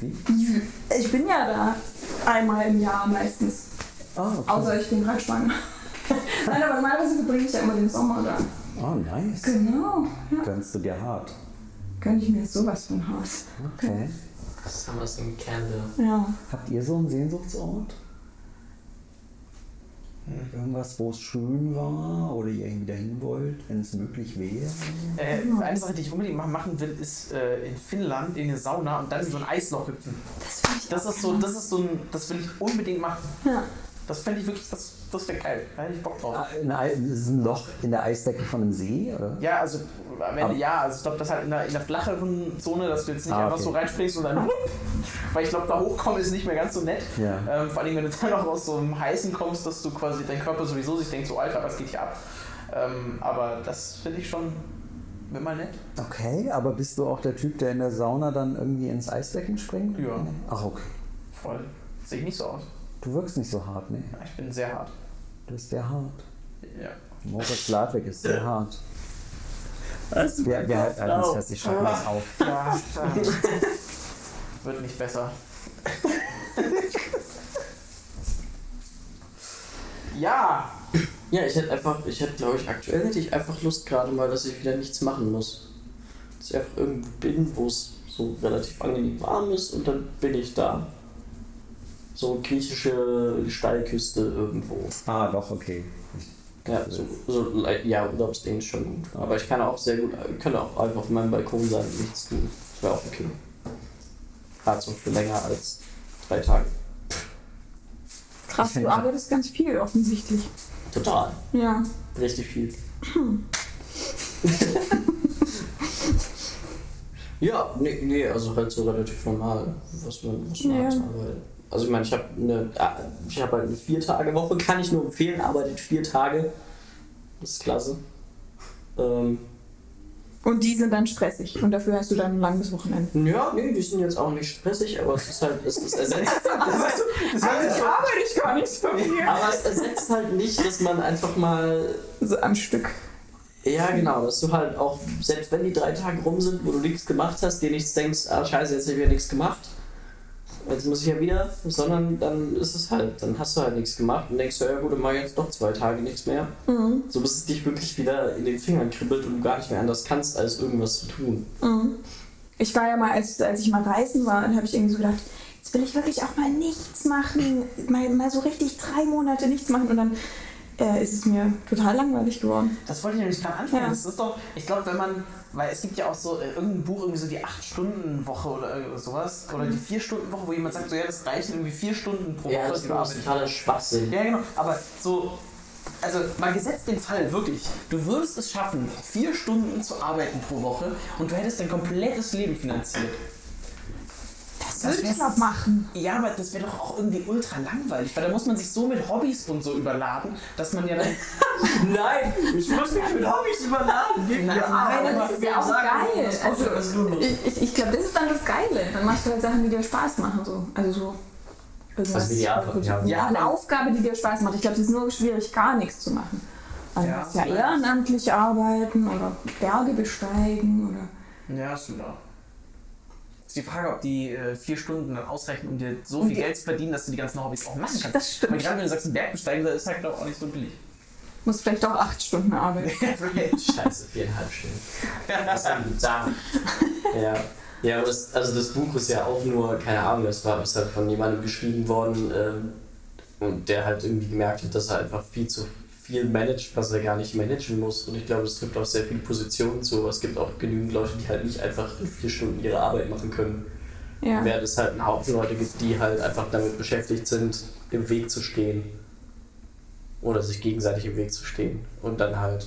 A: Wie?
B: Ich bin ja da einmal im Jahr meistens.
A: Ah, okay.
H: Also,
B: Außer ich bin gerade schwanger. Nein, aber normalerweise verbringe ich ja immer den Sommer da.
H: Oh, nice.
B: Genau. Ja.
H: Gönnst du dir hart.
B: Könnte ich mir sowas von Haus.
H: Okay.
F: Summers in Candle.
B: Ja.
H: Habt ihr so einen Sehnsuchtsort? Irgendwas, wo es schön war oder ihr irgendwie dahin wollt, wenn es möglich wäre?
E: Äh, eine Sache, die ich unbedingt mal machen will, ist äh, in Finnland in eine Sauna und dann in so ein Eisloch hüpfen.
B: Das finde ich
E: Das
B: auch
E: ist so, das ist so ein, das will ich unbedingt machen.
B: Ja.
E: Das fände ich wirklich, das, das wäre geil. Da hätte ich Bock drauf.
H: Ein, Äh, Ei- ist ein Loch in der Eisdecke von einem See? Oder?
E: Ja, also am Ende ja, also ich glaube, das halt in der, in der flacheren Zone, dass du jetzt nicht
H: Ah,
E: einfach
H: okay.
E: so reinspringst und dann wupp, weil ich glaube, da hochkommen ist nicht mehr ganz so nett.
H: Ja.
E: Ähm, vor allem, wenn du dann noch aus so einem heißen kommst, dass du quasi dein Körper sowieso sich denkt, so Alter, was geht hier ab? Ähm, aber das finde ich schon wenn mal nett.
H: Okay, aber bist du auch der Typ, der in der Sauna dann irgendwie ins Eisbecken springt?
E: Ja.
H: Ach, okay.
E: Voll. Sehe ich nicht so aus.
H: Du wirkst nicht so hart, ne? nee.
E: Ja, Ich bin sehr hart.
H: Du bist sehr hart.
E: Ja.
H: Moritz Ladwig ist sehr hart. Wir, wir
A: äh,
H: halten alles fest, ich schreibe das auf.
E: ja wird nicht besser. ja!
F: Ja, ich hätte einfach, ich hätte glaube ich, aktuell hätte ich einfach Lust gerade mal, dass ich wieder nichts machen muss. Dass ich einfach irgendwo bin, wo es so relativ angenehm warm ist und dann bin ich da. So griechische Steilküste irgendwo.
H: Ah, doch, okay.
F: Ja, so, so le- ja Urlaubsding ist schon gut. Aber ich kann auch sehr gut, ich könnte auch einfach auf meinem Balkon sein und nichts tun. Das wäre auch okay. Gerade so für länger als drei Tage.
B: Krass, du arbeitest ganz viel offensichtlich.
F: Total.
B: Ja.
F: Richtig viel. ja, nee, nee, also halt so relativ normal, was man, was man
B: Ja.
F: hat. Aber, also ich meine, ich habe eine, ah, ich hab halt eine Vier-Tage-Woche, kann ich nur empfehlen, arbeitet vier Tage. Das ist klasse. Ähm,
B: Und die sind dann stressig. Und dafür hast du dann ein langes Wochenende.
F: ja, nee, die sind jetzt auch nicht stressig, aber es ist halt, es, es ersetzt
E: Das war jetzt schon
B: Also, arbeite ich gar nicht so viel.
F: Aber es ersetzt halt nicht, dass man einfach mal
B: So am Stück.
F: Ja, genau, dass du halt auch, selbst wenn die drei Tage rum sind, wo du nichts gemacht hast, dir nichts denkst, ah scheiße, jetzt habe ich ja nichts gemacht, jetzt muss ich ja wieder, sondern dann ist es halt, dann hast du halt nichts gemacht und denkst, ja gut, dann mach ich jetzt doch zwei Tage nichts mehr.
B: Mhm.
F: So bis es dich wirklich wieder in den Fingern kribbelt und du gar nicht mehr anders kannst, als irgendwas zu tun.
B: Mhm. Ich war ja mal, als, als ich mal reisen war, dann habe ich irgendwie so gedacht, jetzt will ich wirklich auch mal nichts machen. Mal, mal so richtig drei Monate nichts machen. Und dann äh, ist es mir total langweilig geworden.
E: Das wollte ich nämlich gerade anfangen.
B: Ja.
E: Das ist doch, ich glaube, wenn man, weil es gibt ja auch so äh, irgendein Buch, irgendwie so die 8-Stunden-Woche oder irgend sowas, oder die 4-Stunden-Woche, wo jemand sagt, so ja, das reichen irgendwie 4 Stunden pro Woche.
F: Ja, das
E: die
F: ist
E: du arbeitest.
F: totaler Schwachsinn.
E: Ja, genau. Aber so, also mal gesetzt den Fall, wirklich, du würdest es schaffen, vier Stunden zu arbeiten pro Woche und du hättest dein komplettes Leben finanziert. Das, wär's-
B: machen.
E: Ja, aber das wäre doch auch irgendwie ultra langweilig, weil da muss man sich so mit Hobbys und so überladen, dass man ja dann.
F: Nein,
E: ich muss mich mit Hobbys überladen. Nein, nein,
B: Nein,
E: aber
B: das ist
E: wir
B: ja auch
E: sagen,
B: geil.
E: das kostet was
B: Also,
E: Lunas.
B: ich ich, ich glaube, das ist dann das Geile. Dann machst du halt Sachen, die dir Spaß machen. So. Also so. Irgendwas.
F: Also wie die Arbeit, ja.
B: ja, eine Aufgabe, die dir Spaß macht. Ich glaube, es ist nur schwierig, gar nichts zu machen. Also
E: Ja,
B: ja, ja
E: vielleicht.
B: ehrenamtlich arbeiten oder Berge besteigen oder.
E: Ja, ist klar. Ist die Frage, ob die äh, vier Stunden dann ausreichen, um dir so viel Geld zu verdienen, dass du die ganzen Hobbys auch machen kannst.
B: Das stimmt.
E: Weil gerade wenn du sagst, einen Berg besteigen, da ist halt glaube ich auch nicht so billig.
B: Muss vielleicht auch acht Stunden arbeiten.
F: Scheiße, viereinhalb Stunden. Das ist ein Darm. Ja. Ja, aber das, also das Buch ist ja auch nur, keine Ahnung, das war ist halt von jemandem geschrieben worden, ähm, und der halt irgendwie gemerkt hat, dass er einfach viel zu viel managt, was er gar nicht managen muss. Und ich glaube, es trifft auf sehr viele Positionen zu, aber es gibt auch genügend Leute, die halt nicht einfach in vier Stunden ihre Arbeit machen können.
B: Ja.
F: Während es halt einen Haufen Leute gibt, die halt einfach damit beschäftigt sind, im Weg zu stehen. Oder sich gegenseitig im Weg zu stehen. Und dann halt.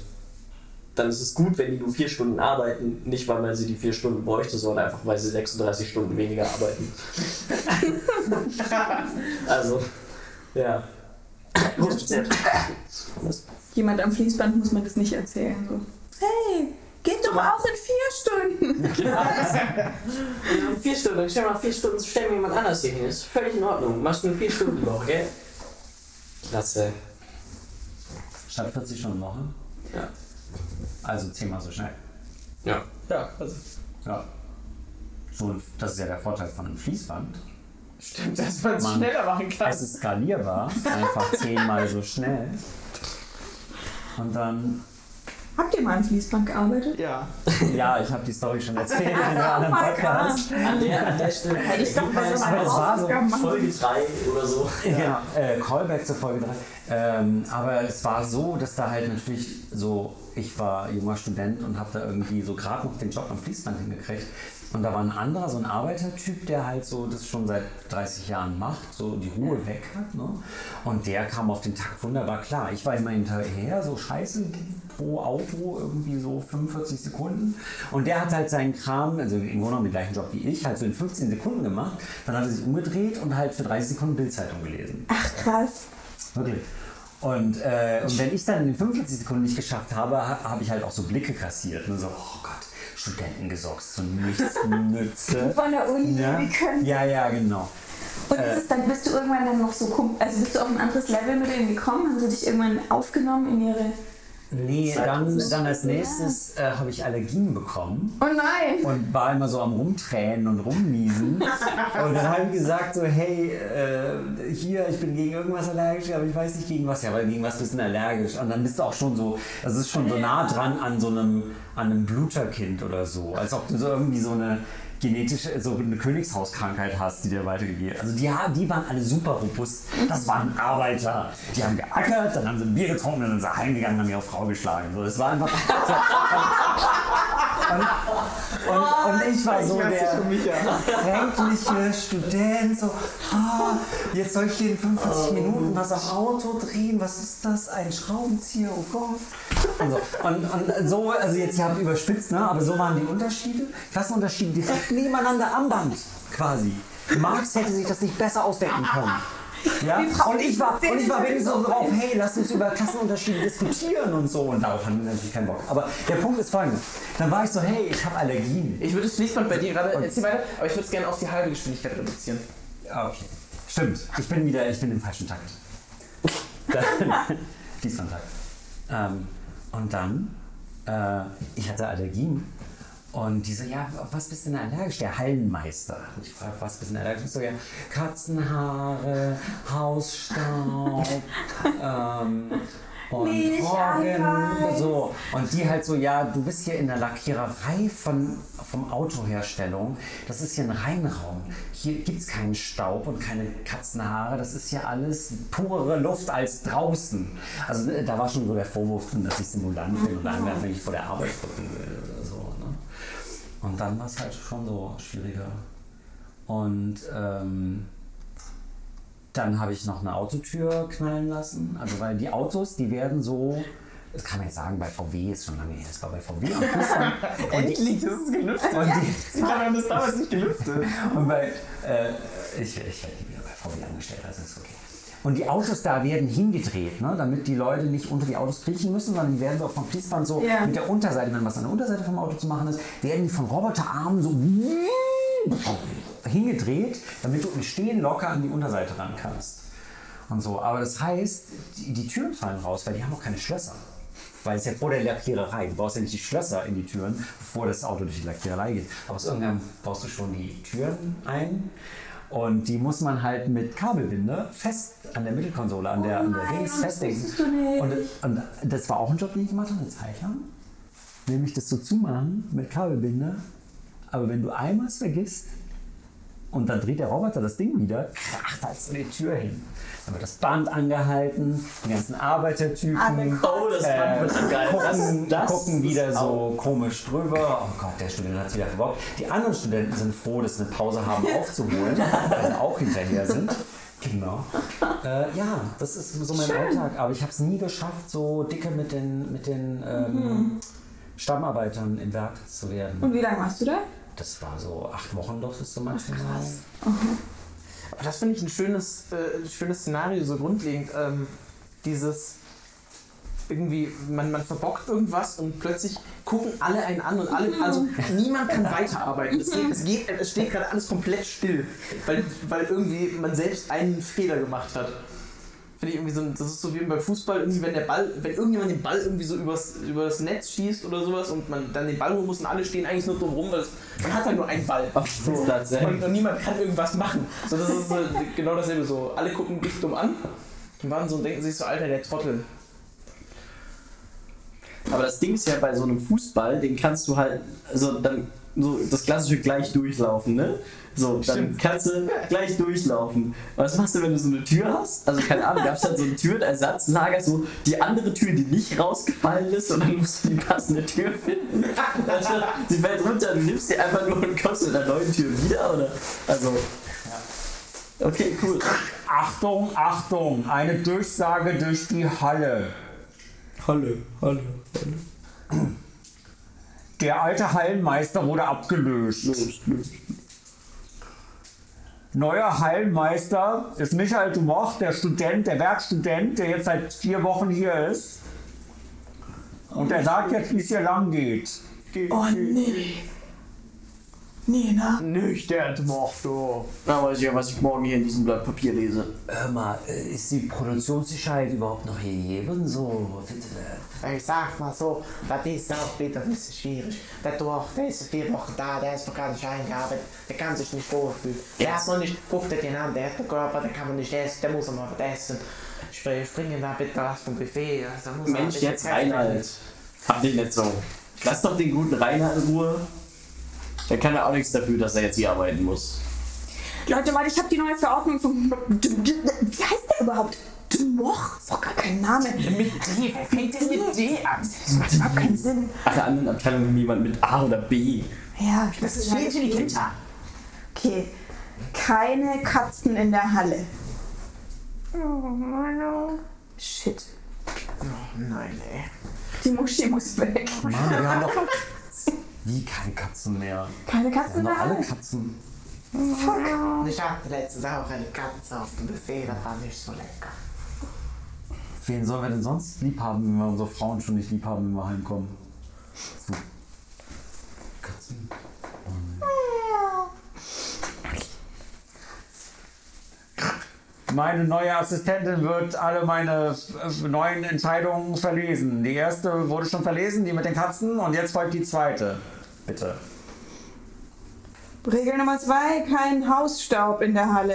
F: Dann ist es gut, wenn die nur vier Stunden arbeiten. Nicht, weil man sie die vier Stunden bräuchte, sondern einfach, weil sie 36 Stunden weniger arbeiten. also, ja.
B: Jemand am Fließband muss man das nicht erzählen. So. Hey, geht doch auch in vier Stunden.
F: vier Stunden, stell mal vier Stunden, stell mir jemand anders hier hin. Ist völlig in Ordnung. Machst nur vier Stunden die Woche, gell? Klasse.
A: Statt 40 Stunden Woche.
F: Ja.
A: Also zehnmal so schnell.
F: Ja.
E: Ja, also
A: Ja. So, ein- das ist ja der Vorteil von einem Fließband.
E: stimmt, dass man es
A: Mann. Also,
E: schneller machen kann.
A: Es ist skalierbar, einfach zehnmal so schnell. Und dann,
B: Habt ihr mal an Fließband gearbeitet?
E: Ja.
A: ja, ich habe die Story schon erzählt in
B: Ach so,
A: einem anderen
B: voll
A: Podcast.
F: An der, an der Stelle.
B: Hätte ich doch mal so
A: Aber
B: meine
A: das war so
B: Hausaufgaben machen.
F: Folge 3 oder so.
A: Ja, äh, Callback zur Folge 3. Ähm, aber es war so, dass da halt natürlich so, ich war junger Student und habe da irgendwie so gerade noch den Job am Fließband hingekriegt. Und da war ein anderer, so ein Arbeitertyp, der halt so das schon seit 30 Jahren macht, so die Ruhe weg hat. Ne? Und der kam auf den Takt wunderbar klar. Ich war immer hinterher, so scheiße, pro Auto irgendwie so 45 Sekunden. Und der hat halt seinen Kram, also im Grunde genommen den gleichen Job wie ich, halt so in 15 Sekunden gemacht. Dann hat er sich umgedreht und halt für 30 Sekunden Bildzeitung gelesen.
B: Ach krass.
A: Wirklich. Und, äh, und wenn ich dann in den 45 Sekunden nicht geschafft habe, ha- habe ich halt auch so Blicke kassiert. Ne? So, oh Gott, Studenten gesorgt, so nichts nütze.
J: Von der Uni,
A: Ja?
J: wir können.
A: ja, ja, genau.
B: Und ist es dann, bist du irgendwann dann noch so, kom- also bist du auf ein anderes Level mit denen gekommen? Haben sie dich irgendwann aufgenommen in ihre...
A: Nee, dann, dann als nächstes äh, habe ich Allergien bekommen.
B: Oh nein!
A: und war immer so am Rumtränen und Rumniesen. und dann habe ich gesagt so, hey, äh, hier, ich bin gegen irgendwas allergisch, aber ich weiß nicht gegen was. Ja, aber gegen was bist du denn allergisch? Und dann bist du auch schon so, das ist schon so nah dran an so einem, an einem Bluterkind oder so. Als ob du so irgendwie so eine genetische, so eine Königshauskrankheit hast, die dir weitergegeben Also die, ha- die waren alle super robust. Das waren Arbeiter. Die haben geackert, dann haben sie ein Bier getrunken, dann sind sie heimgegangen und haben ihre Frau geschlagen. So, das war einfach... Und, und ich war so der kränkliche Student, so, ah, jetzt soll ich hier in 45 Minuten was am Auto drehen, was ist das, ein Schraubenzieher, oh Gott. Und so, und, und so also jetzt, ich habe überspitzt, ne, aber so waren die Unterschiede, Klassenunterschiede direkt nebeneinander am Band, quasi. Marx hätte sich das nicht besser ausdenken können. Ja? Und ich war, und ich war wenigstens so drauf, hey, lass uns über Klassenunterschiede diskutieren und so. Und darauf haben wir natürlich keinen Bock. Aber der Punkt ist folgendes. Dann war ich so, hey, ich habe Allergien.
E: Ich würde das Fließband bei dir gerade, erzähl weiter, aber ich würde es gerne auf die halbe Geschwindigkeit reduzieren.
A: Ah, Okay. Stimmt. Ich bin wieder, ich bin im falschen Takt. Dann- Diesmal Takt. Ähm, und dann, äh, ich hatte Allergien. Und die so, ja, auf was bist du denn allergisch? Der Hallenmeister. Und ich frage, was bist du denn allergisch? Ich so, ja, Katzenhaare, Hausstaub, ähm, und
J: Nee, ich
A: Horgen.
J: weiß.
A: So. Und die halt so, ja, du bist hier in der Lackiererei von, vom Autoherstellung. Das ist hier ein Reinraum. Hier gibt es keinen Staub und keine Katzenhaare. Das ist hier alles purere Luft als draußen. Also äh, da war schon so der Vorwurf drin, dass ich Simulant bin und anwerfen, wenn ich vor der Arbeit drücken will oder so. Ne? Und dann war es halt schon so schwieriger. Und ähm, dann habe ich noch eine Autotür knallen lassen. Also weil die Autos, die werden so, das kann man jetzt sagen, bei VW ist schon lange her, das war bei VW am Fließband.
E: Endlich ist es gelüftet.
A: Und, die,
E: Ich habe das damals nicht gelüftet.
A: und bei, äh, ich, ich werde wieder bei VW angestellt, also ist okay. Und die Autos da werden hingedreht, ne? damit die Leute nicht unter die Autos kriechen müssen, sondern die werden so vom Fließband so
B: Ja.
A: mit der Unterseite, wenn was an der Unterseite vom Auto zu machen ist, werden die von Roboterarmen so hingedreht, damit du im Stehen locker an die Unterseite ran kannst. Und so. Aber das heißt, die, die Türen fallen raus, weil die haben auch keine Schlösser. Weil es ist ja vor der Lackiererei. Du brauchst ja nicht die Schlösser in die Türen, bevor das Auto durch die Lackiererei geht. Aber aus irgendeinem baust du schon die Türen ein. Und die muss man halt mit Kabelbinde fest an der Mittelkonsole, an der, an der
B: Oh nein,
A: Dings
B: das
A: festlegen.
B: wusstest du nicht.
A: Und, und das war auch ein Job, den ich gemacht habe, eine Zeit lang. Nämlich das so zumachen mit Kabelbinde. Aber wenn du einmal es vergisst, und dann dreht der Roboter das Ding wieder, kracht halt zu der Tür hin. Dann wird das Band angehalten, die ganzen Arbeitertypen
F: Oh, das Band wird so geil.
A: gucken,
F: Also Das- das
A: gucken wieder
F: ist
A: so komisch drüber. Oh Gott, der Student hat es wieder verbockt. Die anderen Studenten sind froh, dass sie eine Pause haben aufzuholen, weil sie auch hinterher sind. Genau. Äh, ja, das ist so mein Alltag. Aber ich habe es nie geschafft, so dicke mit den, mit den
F: Mhm.
A: ähm, Stammarbeitern im Werk zu werden.
B: Und wie lange warst du da?
A: Das war so acht Wochen durftest du maximal.
E: Aber das finde ich ein schönes, äh, ein schönes Szenario, so grundlegend. Ähm, dieses irgendwie, man, man verbockt irgendwas und plötzlich gucken alle einen an und alle, also niemand kann weiterarbeiten. Es, geht, es, geht, es steht gerade alles komplett still, weil, weil irgendwie man selbst einen Fehler gemacht hat. Finde ich irgendwie so, ein- das ist so wie beim Fußball, irgendwie, wenn der Ball, wenn irgendjemand den Ball irgendwie so übers, übers Netz schießt oder sowas und man dann den Ball holen muss und alle stehen eigentlich nur drum rum, weil es, man hat halt nur einen Ball.
F: So,
E: Und, und niemand kann irgendwas machen. So, das ist so, genau dasselbe so. Alle gucken dich dumm an und waren so und denken sich so, Alter, der Trottel.
F: Aber das Ding ist ja bei so einem Fußball, den kannst du halt, also dann so das klassische gleich durchlaufen, ne? So, dann kannst du gleich durchlaufen. Was machst du, wenn du so eine Tür hast? Also keine Ahnung, gab es halt so ein Türenersatzlager, so die andere Tür, die nicht rausgefallen ist und dann musst du die passende Tür finden. Also, sie fällt runter, du nimmst sie einfach nur und kommst mit einer neuen Tür wieder, oder? Also. Okay, cool.
A: Achtung, Achtung, eine Durchsage durch die Halle.
F: Hallo, hallo.
A: Der alte Hallenmeister wurde abgelöst. Neuer Hallenmeister ist Michael Dumoch, der Student, der Werkstudent, der jetzt seit vier Wochen hier ist. Und er sagt jetzt, wie es hier lang geht.
B: Oh nee. Nee, na?
C: Nüchtern, Mordo.
F: Da weiß ich ja, was ich morgen hier in diesem Blatt Papier lese.
H: Hör mal, äh, ist die Produktionssicherheit überhaupt noch gegeben? So,
I: Ich sag mal so, das ist auch bitte ein bisschen schwierig. Der Dorf, der ist vier Wochen da, der ist noch gar nicht eingearbeitet, der kann sich nicht wohlfühlen. Der hat noch nicht, guckt den an, der hat den Körper, der kann man nicht essen, der muss noch mal was essen. Spr- Springen da bitte aus dem Buffet. Also muss man ein
F: Mensch,
I: bisschen
F: jetzt
I: Zeit
F: Reinhard. Hab den nicht so. Lass doch den guten Reinhard in Ruhe. Der kann ja auch nichts dafür, dass er jetzt hier arbeiten muss.
B: Leute, warte, ich habe die neue Verordnung von. Wie heißt der überhaupt? Dumoch? Ist doch gar kein Name. Mit D. Wer fängt denn mit D an? Das macht überhaupt keinen Sinn.
F: Alle anderen Abteilungen haben jemand mit A oder B.
B: Ja, das ist viel intelligenter. Okay. Keine Katzen in der Halle. Shit.
I: Nein, ey.
B: Die Muschi muss weg.
A: Mann, wir haben doch. Wie keine Katzen mehr.
B: Keine Katzen in
A: Noch
B: der
A: alle
B: Halle.
A: Katzen.
I: Und ich hatte letztens auch eine Katze auf dem Buffet, das war nicht so lecker.
A: Wen sollen wir denn sonst lieb haben, wenn wir unsere Frauen schon nicht lieb haben, wenn wir heimkommen? So. Katzen. Meine neue Assistentin wird alle meine äh, neuen Entscheidungen verlesen. Die erste wurde schon verlesen, die mit den Katzen, und jetzt folgt die zweite. Bitte.
B: Regel Nummer zwei, kein Hausstaub in der Halle.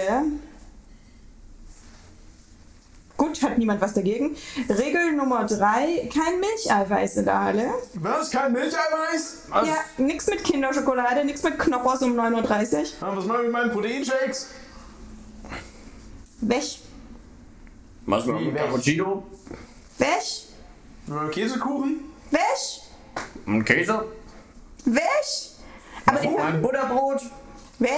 B: Gut, hat niemand was dagegen. Regel Nummer drei, kein Milcheiweiß in der Halle.
E: Was? Kein Milcheiweiß? Was?
B: Ja, nix mit Kinderschokolade, nix mit Knoppers um 9.30 Uhr.
E: Was machen wir mit meinen Proteinshakes?
B: Weg,
F: Machst du noch
E: Wie,
F: einen
E: wer-
F: Cappuccino?
B: weg,
E: Äh, Käsekuchen?
B: weg,
F: Einen Käse?
B: weg. Aber den,
F: Ein Butterbrot?
B: weg.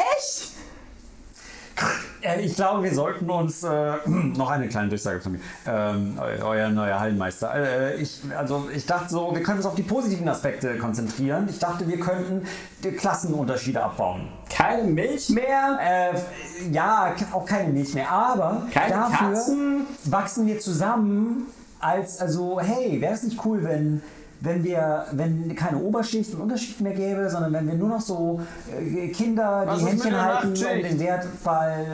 A: Äh, Ich glaube, wir sollten uns äh, noch eine kleine Durchsage von mir. Ähm, eu- euer neuer Hallenmeister. Äh, ich, also ich dachte so, wir können uns auf die positiven Aspekte konzentrieren. Ich dachte, wir könnten die Klassenunterschiede abbauen.
F: Keine Milch mehr?
A: Äh, ja, ke- auch keine Milch mehr. Aber
F: Keine
A: dafür
F: Katzen?
A: wachsen wir zusammen als, also, hey, wäre es nicht cool, wenn, wenn wir, wenn keine Oberschicht und Unterschicht mehr gäbe, sondern wenn wir nur noch so äh, Kinder,
E: Was
A: die
E: ist mit
A: Händchen
E: der
A: halten und
E: Nachtschicht?
A: im Wertfall,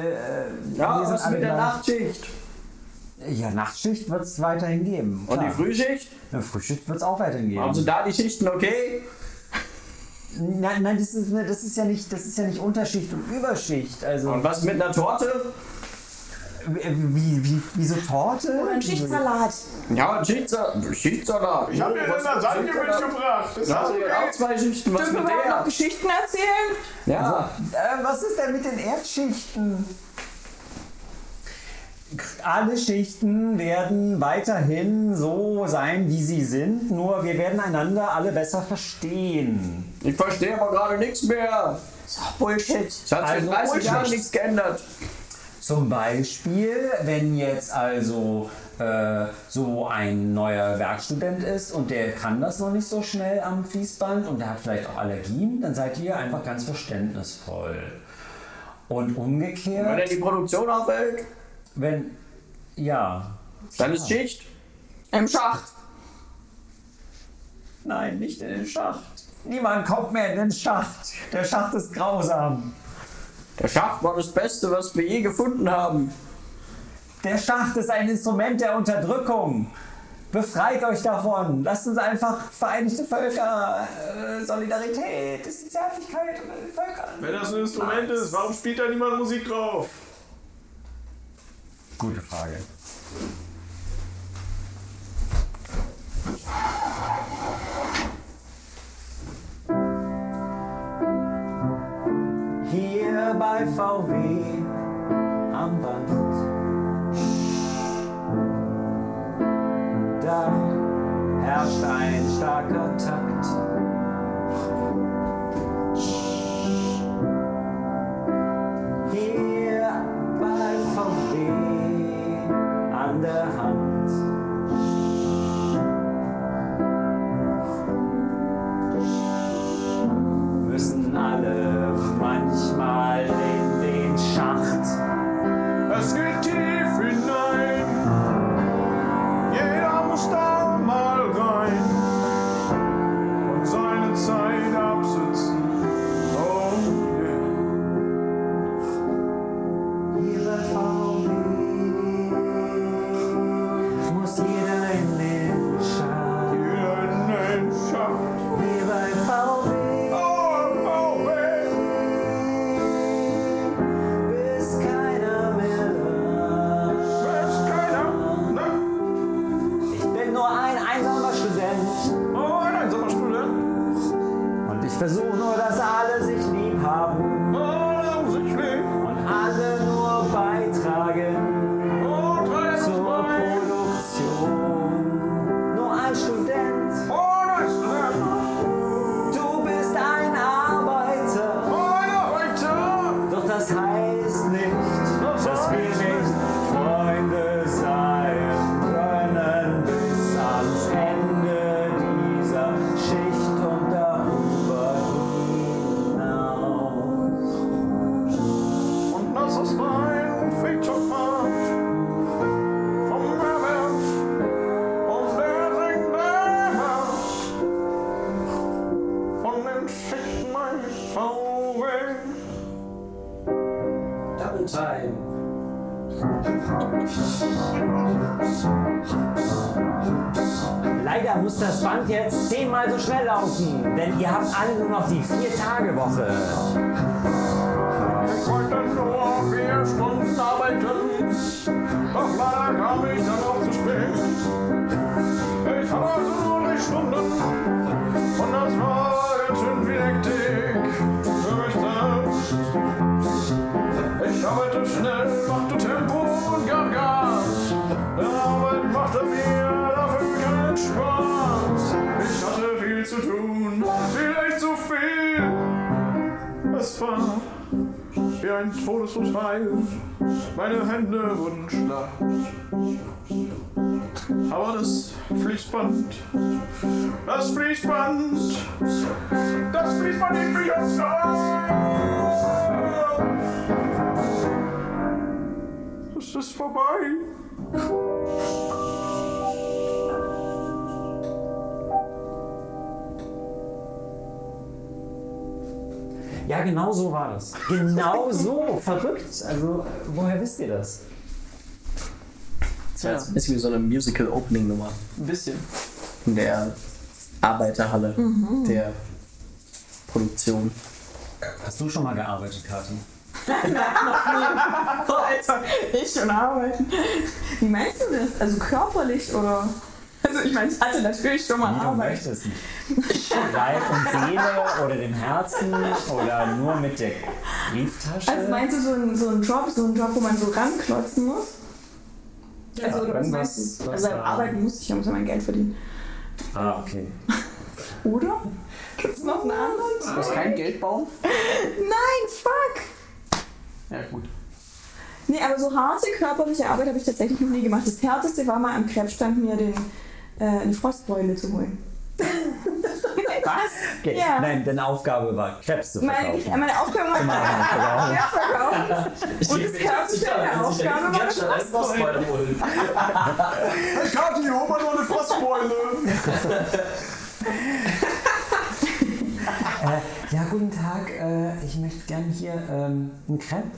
A: äh,
F: Ja,
A: wir
F: was
A: sind
F: ist
A: alle
F: mit der
A: gleich.
F: Nachtschicht?
A: Ja, Nachtschicht wird es weiterhin geben.
F: Und die
A: klar.
F: Frühschicht?
A: Eine Frühschicht wird es auch weiterhin geben.
E: Also
F: Haben sie da die Schichten okay?
A: nein, nein, das ist, das ist ja nicht, das ist ja nicht Unterschicht und Überschicht. Also
F: Und was mit einer Torte?
A: wie, wie, wie so Torte?
B: Ein Schichtsalat.
F: Ja, ein Schichtsa Schichtsalat.
E: Ich hab dir den Lasagne mitgebracht. Das
F: Also, auch zwei Schichten, was
B: Dürfen wir
F: mit
B: überhaupt noch
F: der?
B: Geschichten erzählen?
F: Ja.
A: Äh, was ist denn mit den Erdschichten? Alle Schichten werden weiterhin so sein, wie sie sind, nur wir werden einander alle besser verstehen.
F: Ich verstehe aber gerade nichts mehr.
B: Bullshit.
F: Es hat sich in
A: Also
F: 30 Jahren
A: Bullshit.
F: nichts geändert.
A: Zum Beispiel, wenn jetzt also äh, so ein neuer Werkstudent ist und der kann das noch nicht so schnell am Fließband und der hat vielleicht auch Allergien, dann seid ihr einfach ganz verständnisvoll. Und
F: Wenn
A: umgekehrt,
F: er die Produktion aufhält,
A: wenn ja,
F: dann ist Schicht.
B: Im Schacht.
A: Nein, nicht in den Schacht. Niemand kommt mehr in den Schacht. Der Schacht ist grausam.
F: Der Schacht war das Beste, was wir je gefunden haben.
A: Der Schacht ist ein Instrument der Unterdrückung. Befreit euch davon. Lasst uns einfach Vereinigte Völker, äh, Solidarität, das ist die Zärtlichkeit unter den Völkern.
E: Wenn das ein Instrument ist, warum spielt da niemand Musik drauf?
A: Gute Frage.
G: VW am Band. Da herrscht ein starker Takt. Hier bei VW an der Hand. Müssen alle manchmal in den Schacht. Es geht tief hinein. Jeder muss da mal rein und seine Zeit absitzen. Oh yeah. Hier bei VW muss jeder in den Schacht. Jeder in den Schacht. Hier bei VW. Oh, VW. Bis keiner mehr da. Bis keiner. Ich bin nur ein einsamer Student. Oh, ein einsamer Student. Und ich versuche nur, dass alle sich lieb haben. Alle sich lieb. Und alle nur beitragen. Oh, zur Produktion. Nur ein Student. Oh, ein Student. Du bist ein Arbeiter. Ein Arbeiter. Doch das heißt nicht, dass wir nicht Freunde sein können bis ans Ende dieser Schicht und darüber hinaus. Und das ist mein Feature-Part vom Mehrwert. Und wer singt der Von dem schickt mein VW. Downtime.
A: Leider muss das Band jetzt zehnmal so schnell laufen, denn ihr habt alle nur noch die Vier-Tage-Woche.
G: Ich wollte nur vier Stunden arbeiten, doch leider kam ich dann auch zu spät. Ich hatte also nur drei Stunden und das war ganz schön viel Hektik für mich selbst. Ich arbeite schnell, machte Tempo und gab Gas. Denn Arbeit machte mir dafür keinen Spaß. Ich hatte viel zu tun, vielleicht zu viel. Es war wie ein Todesurteil. Meine Hände wurden schlaff. Aber das Fließband, das Fließband, das Fließband nimmt mich jetzt auf. Es ist vorbei.
A: Ja, genau so war das. Genau so. Verrückt. Also, woher wisst ihr das?
E: Das war jetzt ein bisschen wie so eine Musical-Opening-Nummer.
L: Ein bisschen.
E: In der Arbeiterhalle der Produktion.
G: Hast du schon mal gearbeitet, Kathi?
B: Also, ich schon arbeiten. Wie meinst du das? Also körperlich oder? Also ich meine, ich hatte natürlich schon mal
A: Wie du
B: Arbeit.
A: möchtest. Leib und Seele oder dem Herzen oder nur mit der Brieftasche.
B: Also meinst du so einen so einen Job, so einen Job, wo man so ranklotzen muss? also oder was
A: irgendwas,
B: meinst du?
A: was
B: Also
A: da-
B: arbeiten muss ich, ja muss ja mein Geld verdienen.
A: ah, okay.
B: Oder? Gibt's noch einen anderen?
L: Du hast keinen Geldbaum?
B: Nein, fuck!
L: Ja, gut.
B: Nee, aber so harte körperliche Arbeit habe ich tatsächlich noch nie gemacht. Das härteste war mal am Krebsstand mir den, äh, eine Frostbeule zu holen. Was?
A: okay.
B: Ja.
A: Nein, deine Aufgabe war, Krebs zu
B: Meine,
A: verkaufen.
B: meine Aufgabe war
A: Verkaufen.
B: Krebs verkaufen. Und das Krebsstand der Aufgabe war eine Frostbeule.
G: Ich kann die Oma nur eine Frostbeule.
A: Äh, ja, guten Tag. Äh, ich möchte gerne hier ähm, einen Crepe.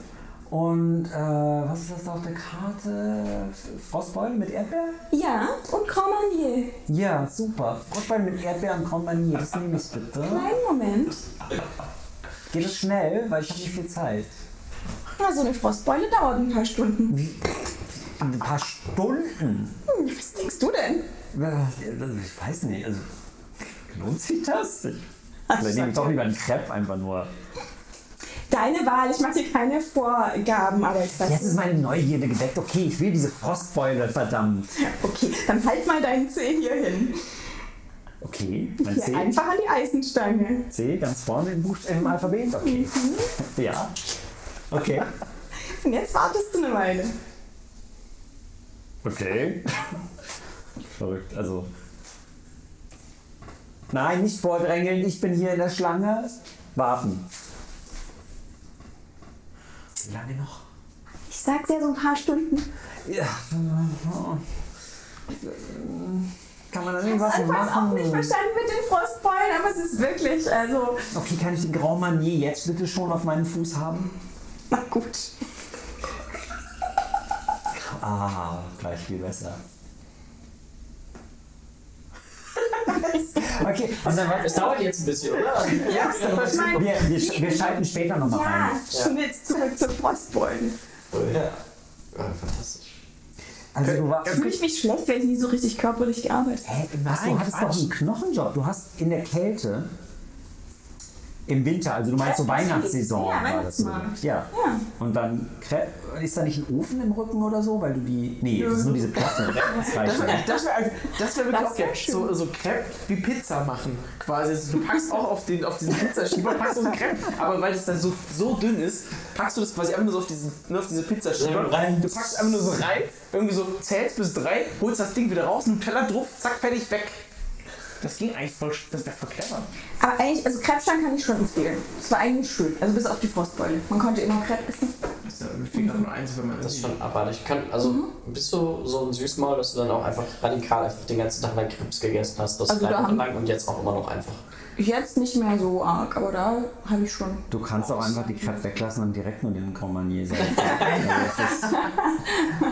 A: Und äh, was ist das da auf der Karte? Frostbeule mit Erdbeer?
B: Ja, und Cormanier.
A: Ja, super. Frostbeule mit Erdbeer und Kompanie. Das nehme ich bitte.
B: Kleinen Moment.
A: Geht es schnell, weil ich habe nicht viel Zeit.
B: Na, so eine Frostbeule dauert ein paar Stunden.
A: Ein paar Stunden.
B: Hm, was denkst du denn?
A: Ich weiß nicht. Also, lohnt sich das? Ich, vielleicht nehme ich doch lieber einen Crepe einfach nur.
B: deine Wahl. Ich mache dir keine Vorgaben, aber ich sag
A: Jetzt ist meine Neugierde geweckt. Okay, ich will diese Frostbeule, verdammt.
B: Okay, dann halt mal deinen Zeh hier hin.
A: Okay, mein
B: Hier
A: C.
B: einfach an die Eisenstange.
A: C, ganz vorne im, Buchst im Alphabet. Okay. Ja. Okay.
B: Und jetzt wartest du eine Weile.
A: Okay. Verrückt, also. Nein, nicht vordrängeln, ich bin hier in der Schlange. Warten.
E: Wie lange noch?
J: Ich sag's ja so ein paar Stunden.
A: Ja. Kann man da
B: Ich hab's
A: irgendwas
B: anfangs auch nicht
A: machen?
B: verstanden mit den Frostbeulen, aber es ist wirklich, also,
A: Okay, kann ich den grauen Manier jetzt bitte schon auf meinem Fuß haben?
B: na gut.
A: Ah, gleich viel besser. Okay, und dann
F: Es dauert jetzt ein bisschen, oder?
B: Ich mein,
A: wir, wir, sch- wir schalten später nochmal
B: ja,
A: rein.
B: schon jetzt zurück zu Frostbeulen.
A: Also du warst.
B: Fühle ich mich schlecht, weil ich nie so richtig körperlich gearbeitet habe.
A: Hä, was, du hattest doch einen Knochenjob. Du hast in der Kälte im Winter, also du meinst so Weihnachtssaison.
B: Ja,
A: war das so.
B: Weihnachtsmarkt.
A: ja.
B: Ja.
A: Und dann krä- ist da nicht ein Ofen im Rücken oder so, weil du die. Nee, das ist nur diese Platte.
E: Das wäre das wär, das wär wirklich
B: Das
E: auch
B: wär
E: geil.
B: schön.
E: So, so Crepe wie Pizza machen. Quasi. Also du packst auch auf, den, auf diesen Pizzaschieber, packst so ein Crepe. Aber weil das dann so, so dünn ist, packst du das quasi einfach nur so auf, diesen, nur auf diese Pizzaschieber.
F: Rein.
E: Du packst einfach nur so rein, irgendwie so zählst bis drei, holst das Ding wieder raus, Nutella drauf, zack, fertig, weg. Das ging eigentlich voll, das wäre voll clever.
B: Aber eigentlich, also Krebsstein kann ich schon empfehlen. Es war eigentlich schön, also bis auf die Frostbeule. Man konnte immer Krebs essen.
E: Das ist ja irgendwie nur eins, wenn man
F: Das ist schon abartig. Kann, also
B: Mhm.
F: bist du so ein Süßmaul, dass du dann auch einfach radikal einfach den ganzen Tag lang Krebs gegessen hast, das
B: Also da
F: Jahre
B: haben-
F: lang und jetzt auch immer noch einfach.
B: Jetzt nicht mehr so arg, aber da habe ich schon.
A: Du kannst auch einfach die Krebs weglassen und direkt nur den Grand Marnier sein. Also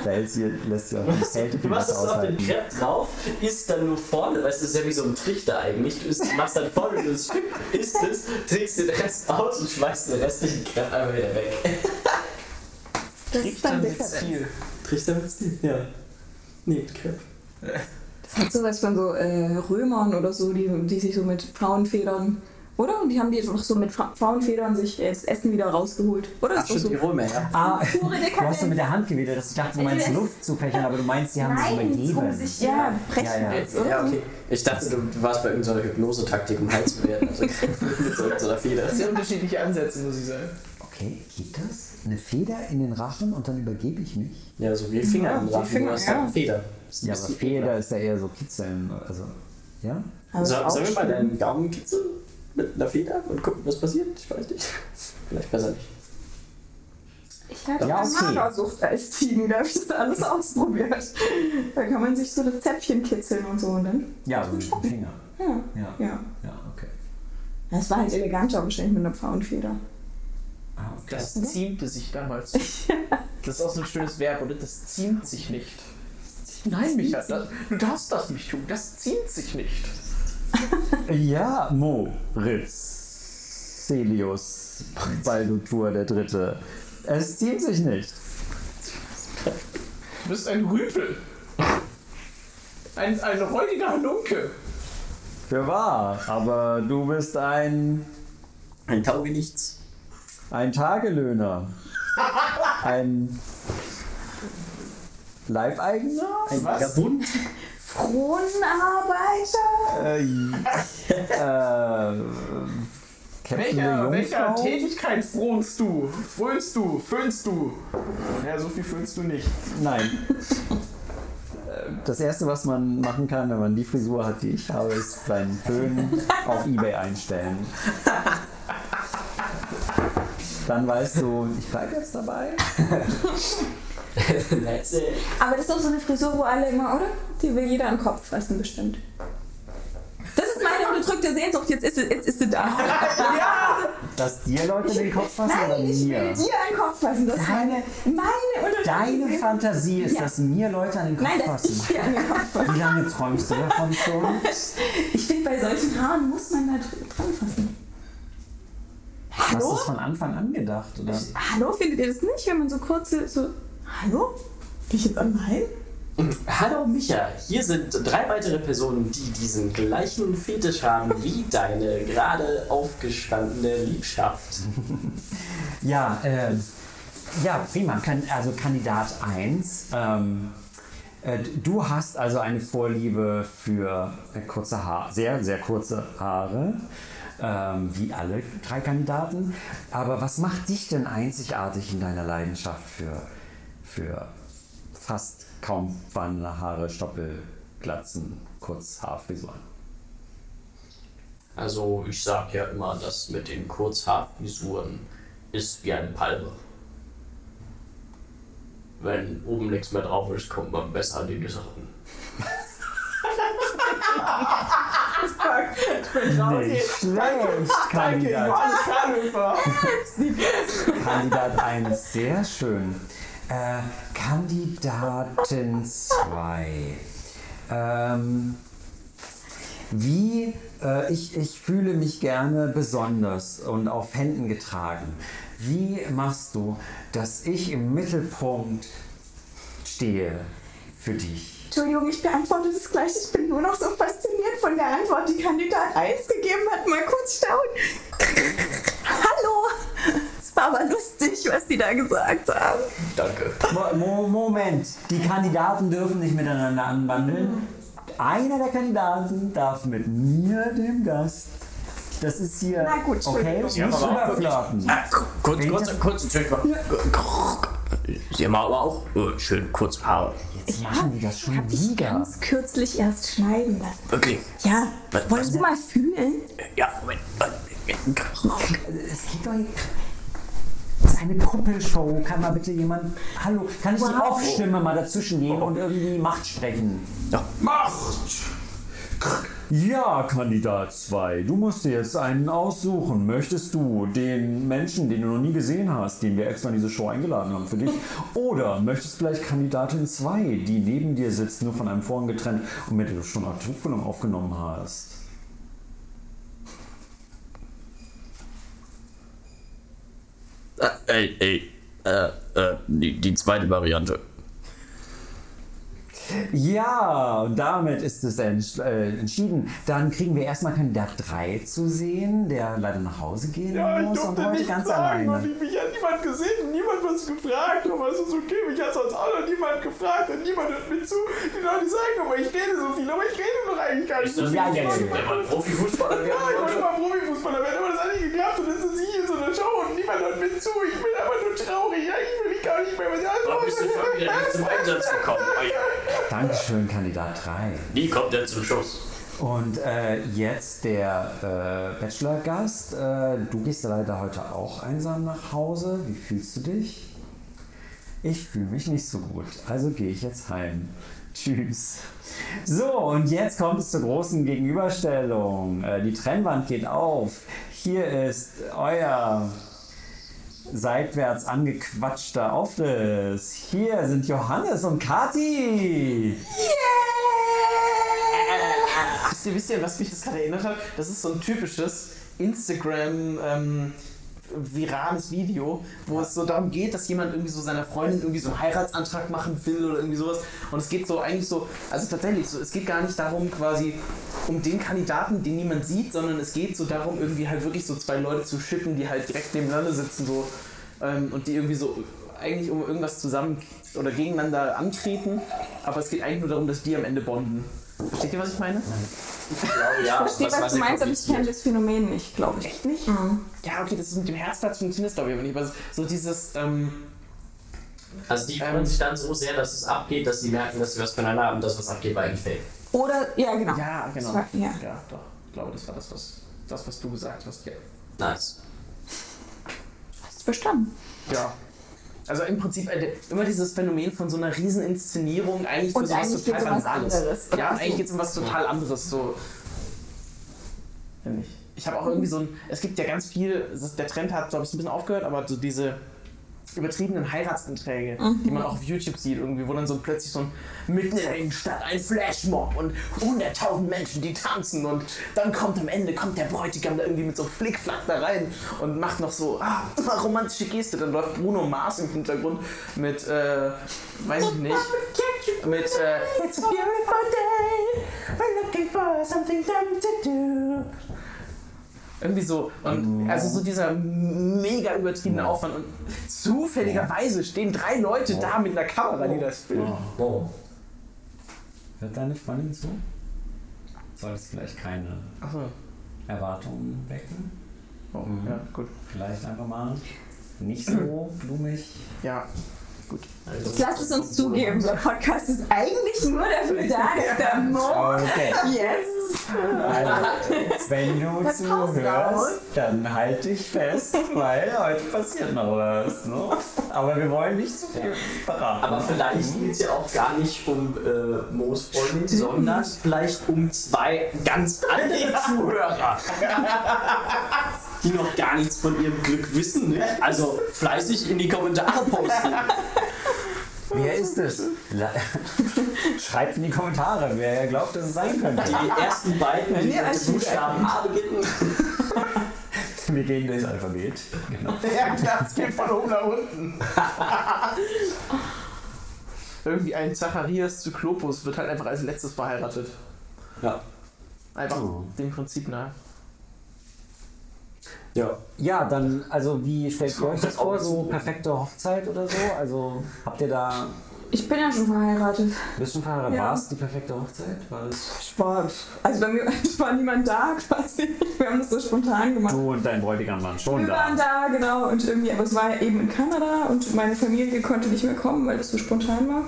A: Da lässt dir lässt dir auch die Kälte
F: Du
A: viel
F: machst
A: besser
F: das so auf den
A: aushalten.
F: Crepe drauf, isst dann nur vorne, weißt du, das ist ja wie so ein Trichter eigentlich. Du isst, machst dann vorne das Stück, isst es, trinkst den Rest aus und schmeißt den restlichen Crepe einfach wieder weg.
B: Das ist dann bitter.
E: Ziel.
F: Trichter mit Stil, ja. Nee, mit Crepe.
B: Das hat sowas von so äh, Römern oder so, die, die sich so mit Frauenfedern. Oder? Und die haben die doch so mit Fra Frauenfedern sich äh, das Essen wieder rausgeholt. Oder?
E: Ach,
B: Ist doch
E: schon
B: so
E: die Römer, ja.
A: Ah,
B: pure
A: du hast so
B: Dekadenz.
A: mit der Hand gewedelt, dass ich dachte, du
B: Äh,
A: meinst Luft zu fächern, aber du meinst, die haben sich
J: Nein, um
A: übergeben.
J: sich
B: Ja, brechen
A: Ja, ja.
B: jetzt, oder?
F: Ja, okay. Ich dachte, du du warst bei irgendeiner Hypnosetaktik, um heiß zu werden. Also mit so so einer Feder.
E: Sehr unterschiedliche Ansätze, muss ich sagen.
A: Okay, geht das? Eine Feder in den Rachen und dann übergebe ich mich?
F: Ja, so wie Finger im Rachen,
B: Finger,
F: du hast
B: ja.
F: eine Feder. Das ist ein
A: Ja, aber
F: bisschen
A: Feder ist ja eher so kitzeln. Also, ja?
B: Aber
F: So,
B: auch
F: sollen wir mal
B: schön.
F: deinen Gaumen kitzeln mit einer Feder und gucken, was passiert? Ich weiß nicht. Vielleicht besser nicht.
B: Ich hatte
A: Ja,
B: ja,
A: okay.
B: Magersucht als Team, da habe ich das alles ausprobiert. Da kann man sich so das Zäpfchen kitzeln und so. Und dann,
A: Ja, so Also mit dem Finger.
B: ja,
A: Ja.
B: ja.
A: Ja, okay.
B: Das war halt eleganter wahrscheinlich mit einer Pfauenfeder.
A: Ah, okay.
E: Das
B: ne?
E: ziemte sich damals. Das ist auch so ein schönes Verb, oder? Das ziemt sich nicht. Nein, Micha, das, du darfst das nicht tun. Das ziemt sich nicht.
A: Ja, Moritz. Celius. Baldutur der Dritte. Es zieht sich nicht.
E: Du bist ein Rüpel. Ein, ein räudiger Halunke.
A: Für wahr. Aber du bist ein.
F: Ein Taugenichts.
A: Ein Tagelöhner. Ein. Leibeigener?
F: Ein Vagabund.
B: Fronarbeiter?
A: Äh, äh,
E: Welcher,
A: Captain
E: welcher
A: Jungfrau?
E: Tätigkeit frohnst du? Fröhnst du? Föhnst du? Ja, so viel föhnst du nicht.
A: Nein. Das erste, was man machen kann, wenn man die Frisur hat, die ich habe, ist seinen Föhn auf Ebay einstellen. Dann weißt du, ich bleibe jetzt dabei.
F: That's it.
B: Aber das ist doch so eine Frisur, wo alle immer, oder? Die will jeder am Kopf fassen, bestimmt. Das ist meine unterdrückte Sehnsucht, jetzt ist sie, jetzt ist sie da.
A: Dass dir Leute den Kopf fassen oder
B: Nein, ich will
A: mir?
B: dir an den Kopf fassen. Das ist meine, meine unterdrückte
A: Deine
B: Sehnsucht.
A: Fantasie ist,
B: Ja.
A: dass mir Leute an den Kopf
B: Nein, dass ich
A: fassen.
B: dir an den Kopf fasse.
A: Wie lange träumst du davon schon?
B: Ich finde, bei solchen Haaren muss man da dr- dran fassen.
A: Hast du
B: Hallo?
A: es von Anfang an gedacht? Oder?
B: Hallo, findet ihr das nicht, wenn man so kurze, so, hallo? Bin ich jetzt am Wein?
F: Hallo Micha, hier sind drei weitere Personen, die diesen gleichen Fetisch haben wie deine gerade aufgestandene Liebschaft.
A: Ja, äh, ja prima. Kan also Kandidat 1. Ähm, äh, du hast also eine Vorliebe für äh, kurze Haare, sehr, sehr kurze Haare. Ähm, wie alle drei Kandidaten. Aber was macht dich denn einzigartig in deiner Leidenschaft für, für fast kaum vorhandene Haare, Stoppelglatzen, Kurzhaarfrisuren?
F: Also ich sage ja immer, das mit den Kurzhaarfrisuren ist wie eine Palme. Wenn oben nichts mehr drauf ist, kommt man besser an die Nüsse ran.
B: Ich bin raus
A: Nicht
B: hier.
A: schlecht, Kandidat,
E: Johannes Kahnhöfer.
A: Kandidat 1. Sehr schön. Äh, Kandidatin 2. Ähm, wie äh, ich, ich fühle mich gerne besonders und auf Händen getragen. Wie machst du, dass ich im Mittelpunkt stehe für dich?
J: Entschuldigung, ich beantworte das gleich. Ich bin nur noch so fasziniert von der Antwort, die Kandidat 1 gegeben hat. Mal kurz staunen.
B: Hallo! Es war aber lustig, was die da gesagt haben.
F: Danke.
A: Mo Mo Moment, die Kandidaten dürfen nicht miteinander anbandeln. Einer der Kandidaten darf mit mir, dem Gast, das ist hier,
J: Na gut,
A: okay,
J: Entschuldigung.
A: nicht überflirten.
F: Kurz,
A: Wen
F: kurz,
A: jetzt?
F: kurz, Entschuldigung. Sie haben aber auch äh, schön kurz Haare.
A: Jetzt machen die das schon
B: Ich
A: wieder.
B: ganz kürzlich erst schneiden lassen.
F: Wirklich.
B: Ja,
F: Was-
B: wollen
F: was-
B: Sie mal fühlen?
F: Ja, Moment.
A: Also, Es gibt doch hier- das ist eine Kuppelshow. Kann mal bitte jemand. Hallo, kann ich die
B: Wow.
A: Aufstimme mal dazwischen gehen und irgendwie Macht sprechen?
G: Macht!
A: Ja, Kandidat 2, du musst dir jetzt einen aussuchen. Möchtest du den Menschen, den du noch nie gesehen hast, den wir extra in diese Show eingeladen haben für dich? Oder möchtest du vielleicht Kandidatin 2, die neben dir sitzt, nur von einem Vorhang getrennt und mit der du schon eine Tuchfüllung aufgenommen hast?
F: Ey, ey. Äh, äh, die, die zweite Variante.
A: Ja, und damit ist es entsch äh, entschieden. Dann kriegen wir erstmal Kandidat 3 zu sehen, der leider nach Hause gehen muss und heute ganz alleine.
E: und mich hat niemand gesehen und niemand was gefragt. Aber es ist okay, mich hat sonst auch noch niemand gefragt und niemand hört mir zu. Die Leute sagen aber ich rede so viel, aber ich rede doch eigentlich gar nicht so viel.
A: Ja, ja, ja, ja.
F: Wenn man
E: Ja,
F: Profifußballer
E: ich wollte
F: wäre,
E: mal Profifußballer werden, aber das hat nicht geklappt und jetzt sind sie hier in so einer Show und niemand hört mir zu. Ich bin aber nur traurig. Eigentlich will ich gar nicht mehr was
F: dann bist du schon wieder nicht zum Einsatz gekommen. Ui,
A: Dankeschön, Kandidat 3.
F: Nie kommt er zum Schuss.
A: Und äh, jetzt der äh, Bachelor-Gast. Äh, du gehst ja leider heute auch einsam nach Hause. Wie fühlst du dich? Ich fühle mich nicht so gut, also gehe ich jetzt heim. Tschüss. So, und jetzt kommt es zur großen Gegenüberstellung. Äh, die Trennwand geht auf. Hier ist euer seitwärts angequatschter Auftritt. Hier sind Johannes und Kati.
E: Wisst ihr, wisst ihr, was mich das gerade erinnert hat? Das ist so ein typisches Instagram ähm, virales Video, wo es so darum geht, dass jemand irgendwie so seiner Freundin irgendwie so einen Heiratsantrag machen will oder irgendwie sowas. Und es geht so eigentlich so, also tatsächlich so, es geht gar nicht darum quasi um den Kandidaten, den niemand sieht, sondern es geht so darum, irgendwie halt wirklich so zwei Leute zu schippen, die halt direkt nebeneinander sitzen so ähm, und die irgendwie so eigentlich um irgendwas zusammen oder gegeneinander antreten, aber es geht eigentlich nur darum, dass die am Ende bonden. Versteht ihr, was ich meine?
F: Ja,
B: Ich verstehe, was, du meinst, aber ich kenne das Phänomen nicht, glaube ich. Echt nicht? Mhm.
E: Ja, okay, das ist mit dem Herzplatz funktioniert es, glaube ich, aber nicht. Aber so dieses, ähm,
F: Also die freuen sich dann so sehr, dass es abgeht, dass sie merken, dass sie was voneinander haben und das, was abgeht, war eigentlich fake.
B: Oder, ja, genau.
E: ja, genau.
B: Das war- ja.
E: doch. Ich glaube, das war das, was, das, was du gesagt hast. Ja.
F: Nice.
B: Hast du verstanden?
E: ja. Also im Prinzip äh, immer dieses Phänomen von so einer Rieseninszenierung eigentlich für
B: Und
E: sowas
B: eigentlich
E: total
B: geht's um was
E: Banales.
B: anderes.
E: Ja,
B: Ach so.
E: eigentlich geht es um was total anderes. So. Finde ich. Ich habe auch irgendwie so ein. Es gibt ja ganz viel, es ist- der Trend hat, glaube ich, ein bisschen aufgehört, aber so diese übertriebenen Heiratsanträge, die man auch auf YouTube sieht, irgendwie, wo dann so plötzlich so ein mitten in der Innenstadt ein Flashmob und hunderttausend Menschen, die tanzen und dann kommt am Ende, kommt der Bräutigam da irgendwie mit so einem Flickflack da rein und macht noch so, ah, romantische Geste, dann läuft Bruno Mars im Hintergrund mit, äh, weiß ich nicht, mit, äh, It's a beautiful day, we're looking for something dumb to do. Irgendwie so. Und also so dieser mega übertriebene Aufwand. Und zufälligerweise stehen drei Leute da mit einer Kamera, die das filmen.
A: Oh. Hört deine Freundin zu? Solltest vielleicht keine
E: Achso.
A: Erwartungen wecken?
E: Oh, ja, gut.
A: Vielleicht einfach mal nicht so blumig.
E: Ja.
B: Lass es uns zugeben, der Podcast ist eigentlich nur dafür da, dass der Mo
A: Okay.
B: jetzt
A: Also, wenn du
B: Das Haus raus.
A: zuhörst, dann halt dich fest, weil heute passiert noch was. Ne? Aber wir wollen nicht zu viel verraten.
F: Aber vielleicht geht es ja auch gar nicht um äh, Moos Freundin, sondern vielleicht um zwei ganz andere Zuhörer. Die noch gar nichts von ihrem Glück wissen. Ne? Also fleißig in die Kommentare posten.
A: Wer ist es? La- Schreibt in die Kommentare, wer glaubt, dass es sein könnte.
F: Die ersten beiden, die
E: Nee,
F: mit
E: das
F: dem Buchstaben A beginnen.
A: Wir gehen durchs Alphabet. Genau.
E: Ja, klar, es geht von oben nach unten. Irgendwie ein Zacharias Zyklopus wird halt einfach als letztes verheiratet.
F: Ja.
E: Einfach
A: Oh.
E: dem Prinzip nahe.
F: Ja.
A: Ja, dann, also wie stellt ihr euch das vor? So perfekte Hochzeit oder so? Also habt ihr da
B: Ich bin ja schon verheiratet.
A: bisschen verheiratet?
B: Ja.
A: War es die perfekte Hochzeit? War es
B: Spaß. Also bei mir war niemand da quasi. Wir haben das so spontan gemacht.
A: du und dein Bräutigam waren schon
B: Wir waren
A: da.
B: da, genau, und irgendwie, aber es war eben in Kanada und meine Familie konnte nicht mehr kommen, weil das so spontan war.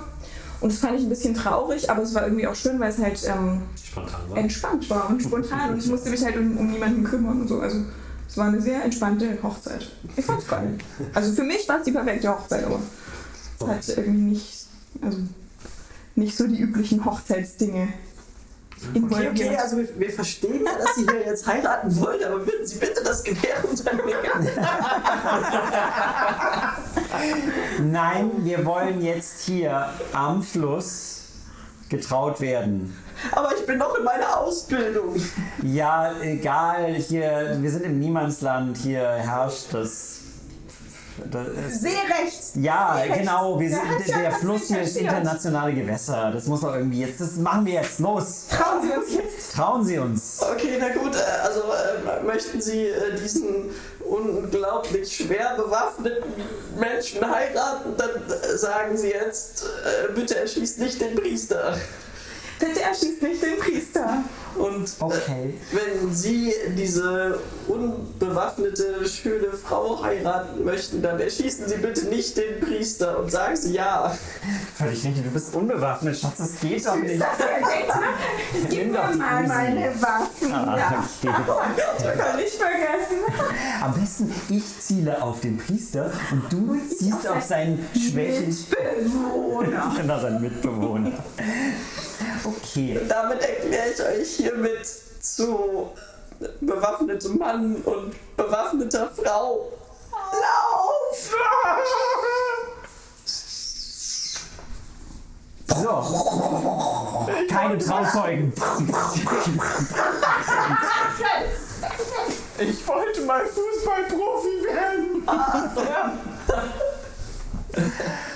B: Und das fand ich ein bisschen traurig, aber es war irgendwie auch schön, weil es halt ähm,
A: Spontan war.
B: entspannt war und spontan und ich musste mich halt um, um niemanden kümmern und so. Also es war eine sehr entspannte Hochzeit. Ich fand's geil. Also für mich war es die perfekte Hochzeit, aber es
F: Oh.
B: hat irgendwie nicht, also nicht so die üblichen Hochzeitsdinge
F: Okay,
B: involviert.
F: okay, also wir, wir verstehen ja, dass Sie hier jetzt heiraten wollen, aber würden Sie bitte das gewähren? Dann
A: Nein, wir wollen jetzt hier am Fluss getraut werden.
F: aber ich bin noch in meiner Ausbildung.
A: Ja, egal, hier, wir sind im Niemandsland, hier herrscht das. das ist,
J: Seerecht!
A: ja,
J: Seerecht.
A: genau, wir
J: Da
A: sind,
J: hat's ja
A: der
J: was
A: Fluss hier ist
J: recherchiert.
A: internationale Gewässer. Das muss doch irgendwie jetzt, das machen wir jetzt, los!
J: Trauen Sie uns jetzt!
A: Trauen Sie uns!
F: Okay, na gut, äh, also äh, möchten Sie äh, diesen unglaublich schwer bewaffneten Menschen heiraten, dann äh, sagen Sie jetzt, äh, bitte erschießt nicht den Priester.
B: Bitte erschießt nicht den Priester.
F: Und
A: Okay.
F: Wenn Sie diese unbewaffnete, schöne Frau heiraten möchten, dann erschießen Sie bitte nicht den Priester und sagen Sie ja.
A: Völlig richtig, du bist unbewaffnet, Schatz, das geht doch nicht.
J: Gib
A: Nimm
J: mir
A: doch die
J: mal
A: Easy.
J: meine Waffen!
A: Ah, okay.
J: Nicht vergessen!
A: Am besten, ich ziele auf den Priester und du ziehst auf seinen Schwächen. Mitbewohner. genau, seinen Mitbewohner. Okay.
F: Damit erkläre ich euch hiermit zu bewaffnetem Mann und bewaffneter Frau. Lauf!
A: So. Keine Trauzeugen.
E: Ich wollte mal Fußballprofi werden!
F: Ah,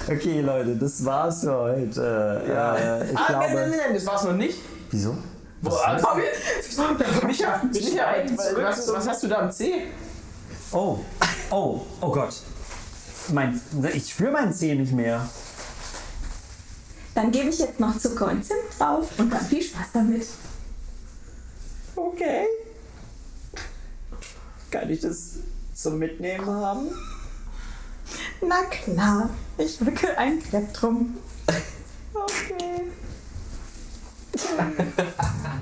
A: Okay, Leute, das war's für heute. Äh, ich
E: ah, nein, nein,
A: glaube.
E: nein, das war's noch nicht.
A: Wieso?
E: Boah, komm, wir- Micha, Micha, was, was hast du da am C?
A: Oh. Oh. Oh Gott. Mein, ich spüre meinen Zeh nicht mehr.
B: Dann gebe ich jetzt noch Zucker und Zimt drauf und dann viel Spaß damit.
F: Okay. Kann ich das zum Mitnehmen haben?
B: Na klar, ich wickel ein Klepp drum. Okay.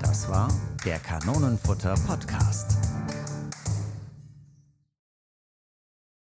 D: Das war der Kanonenfutter Podcast.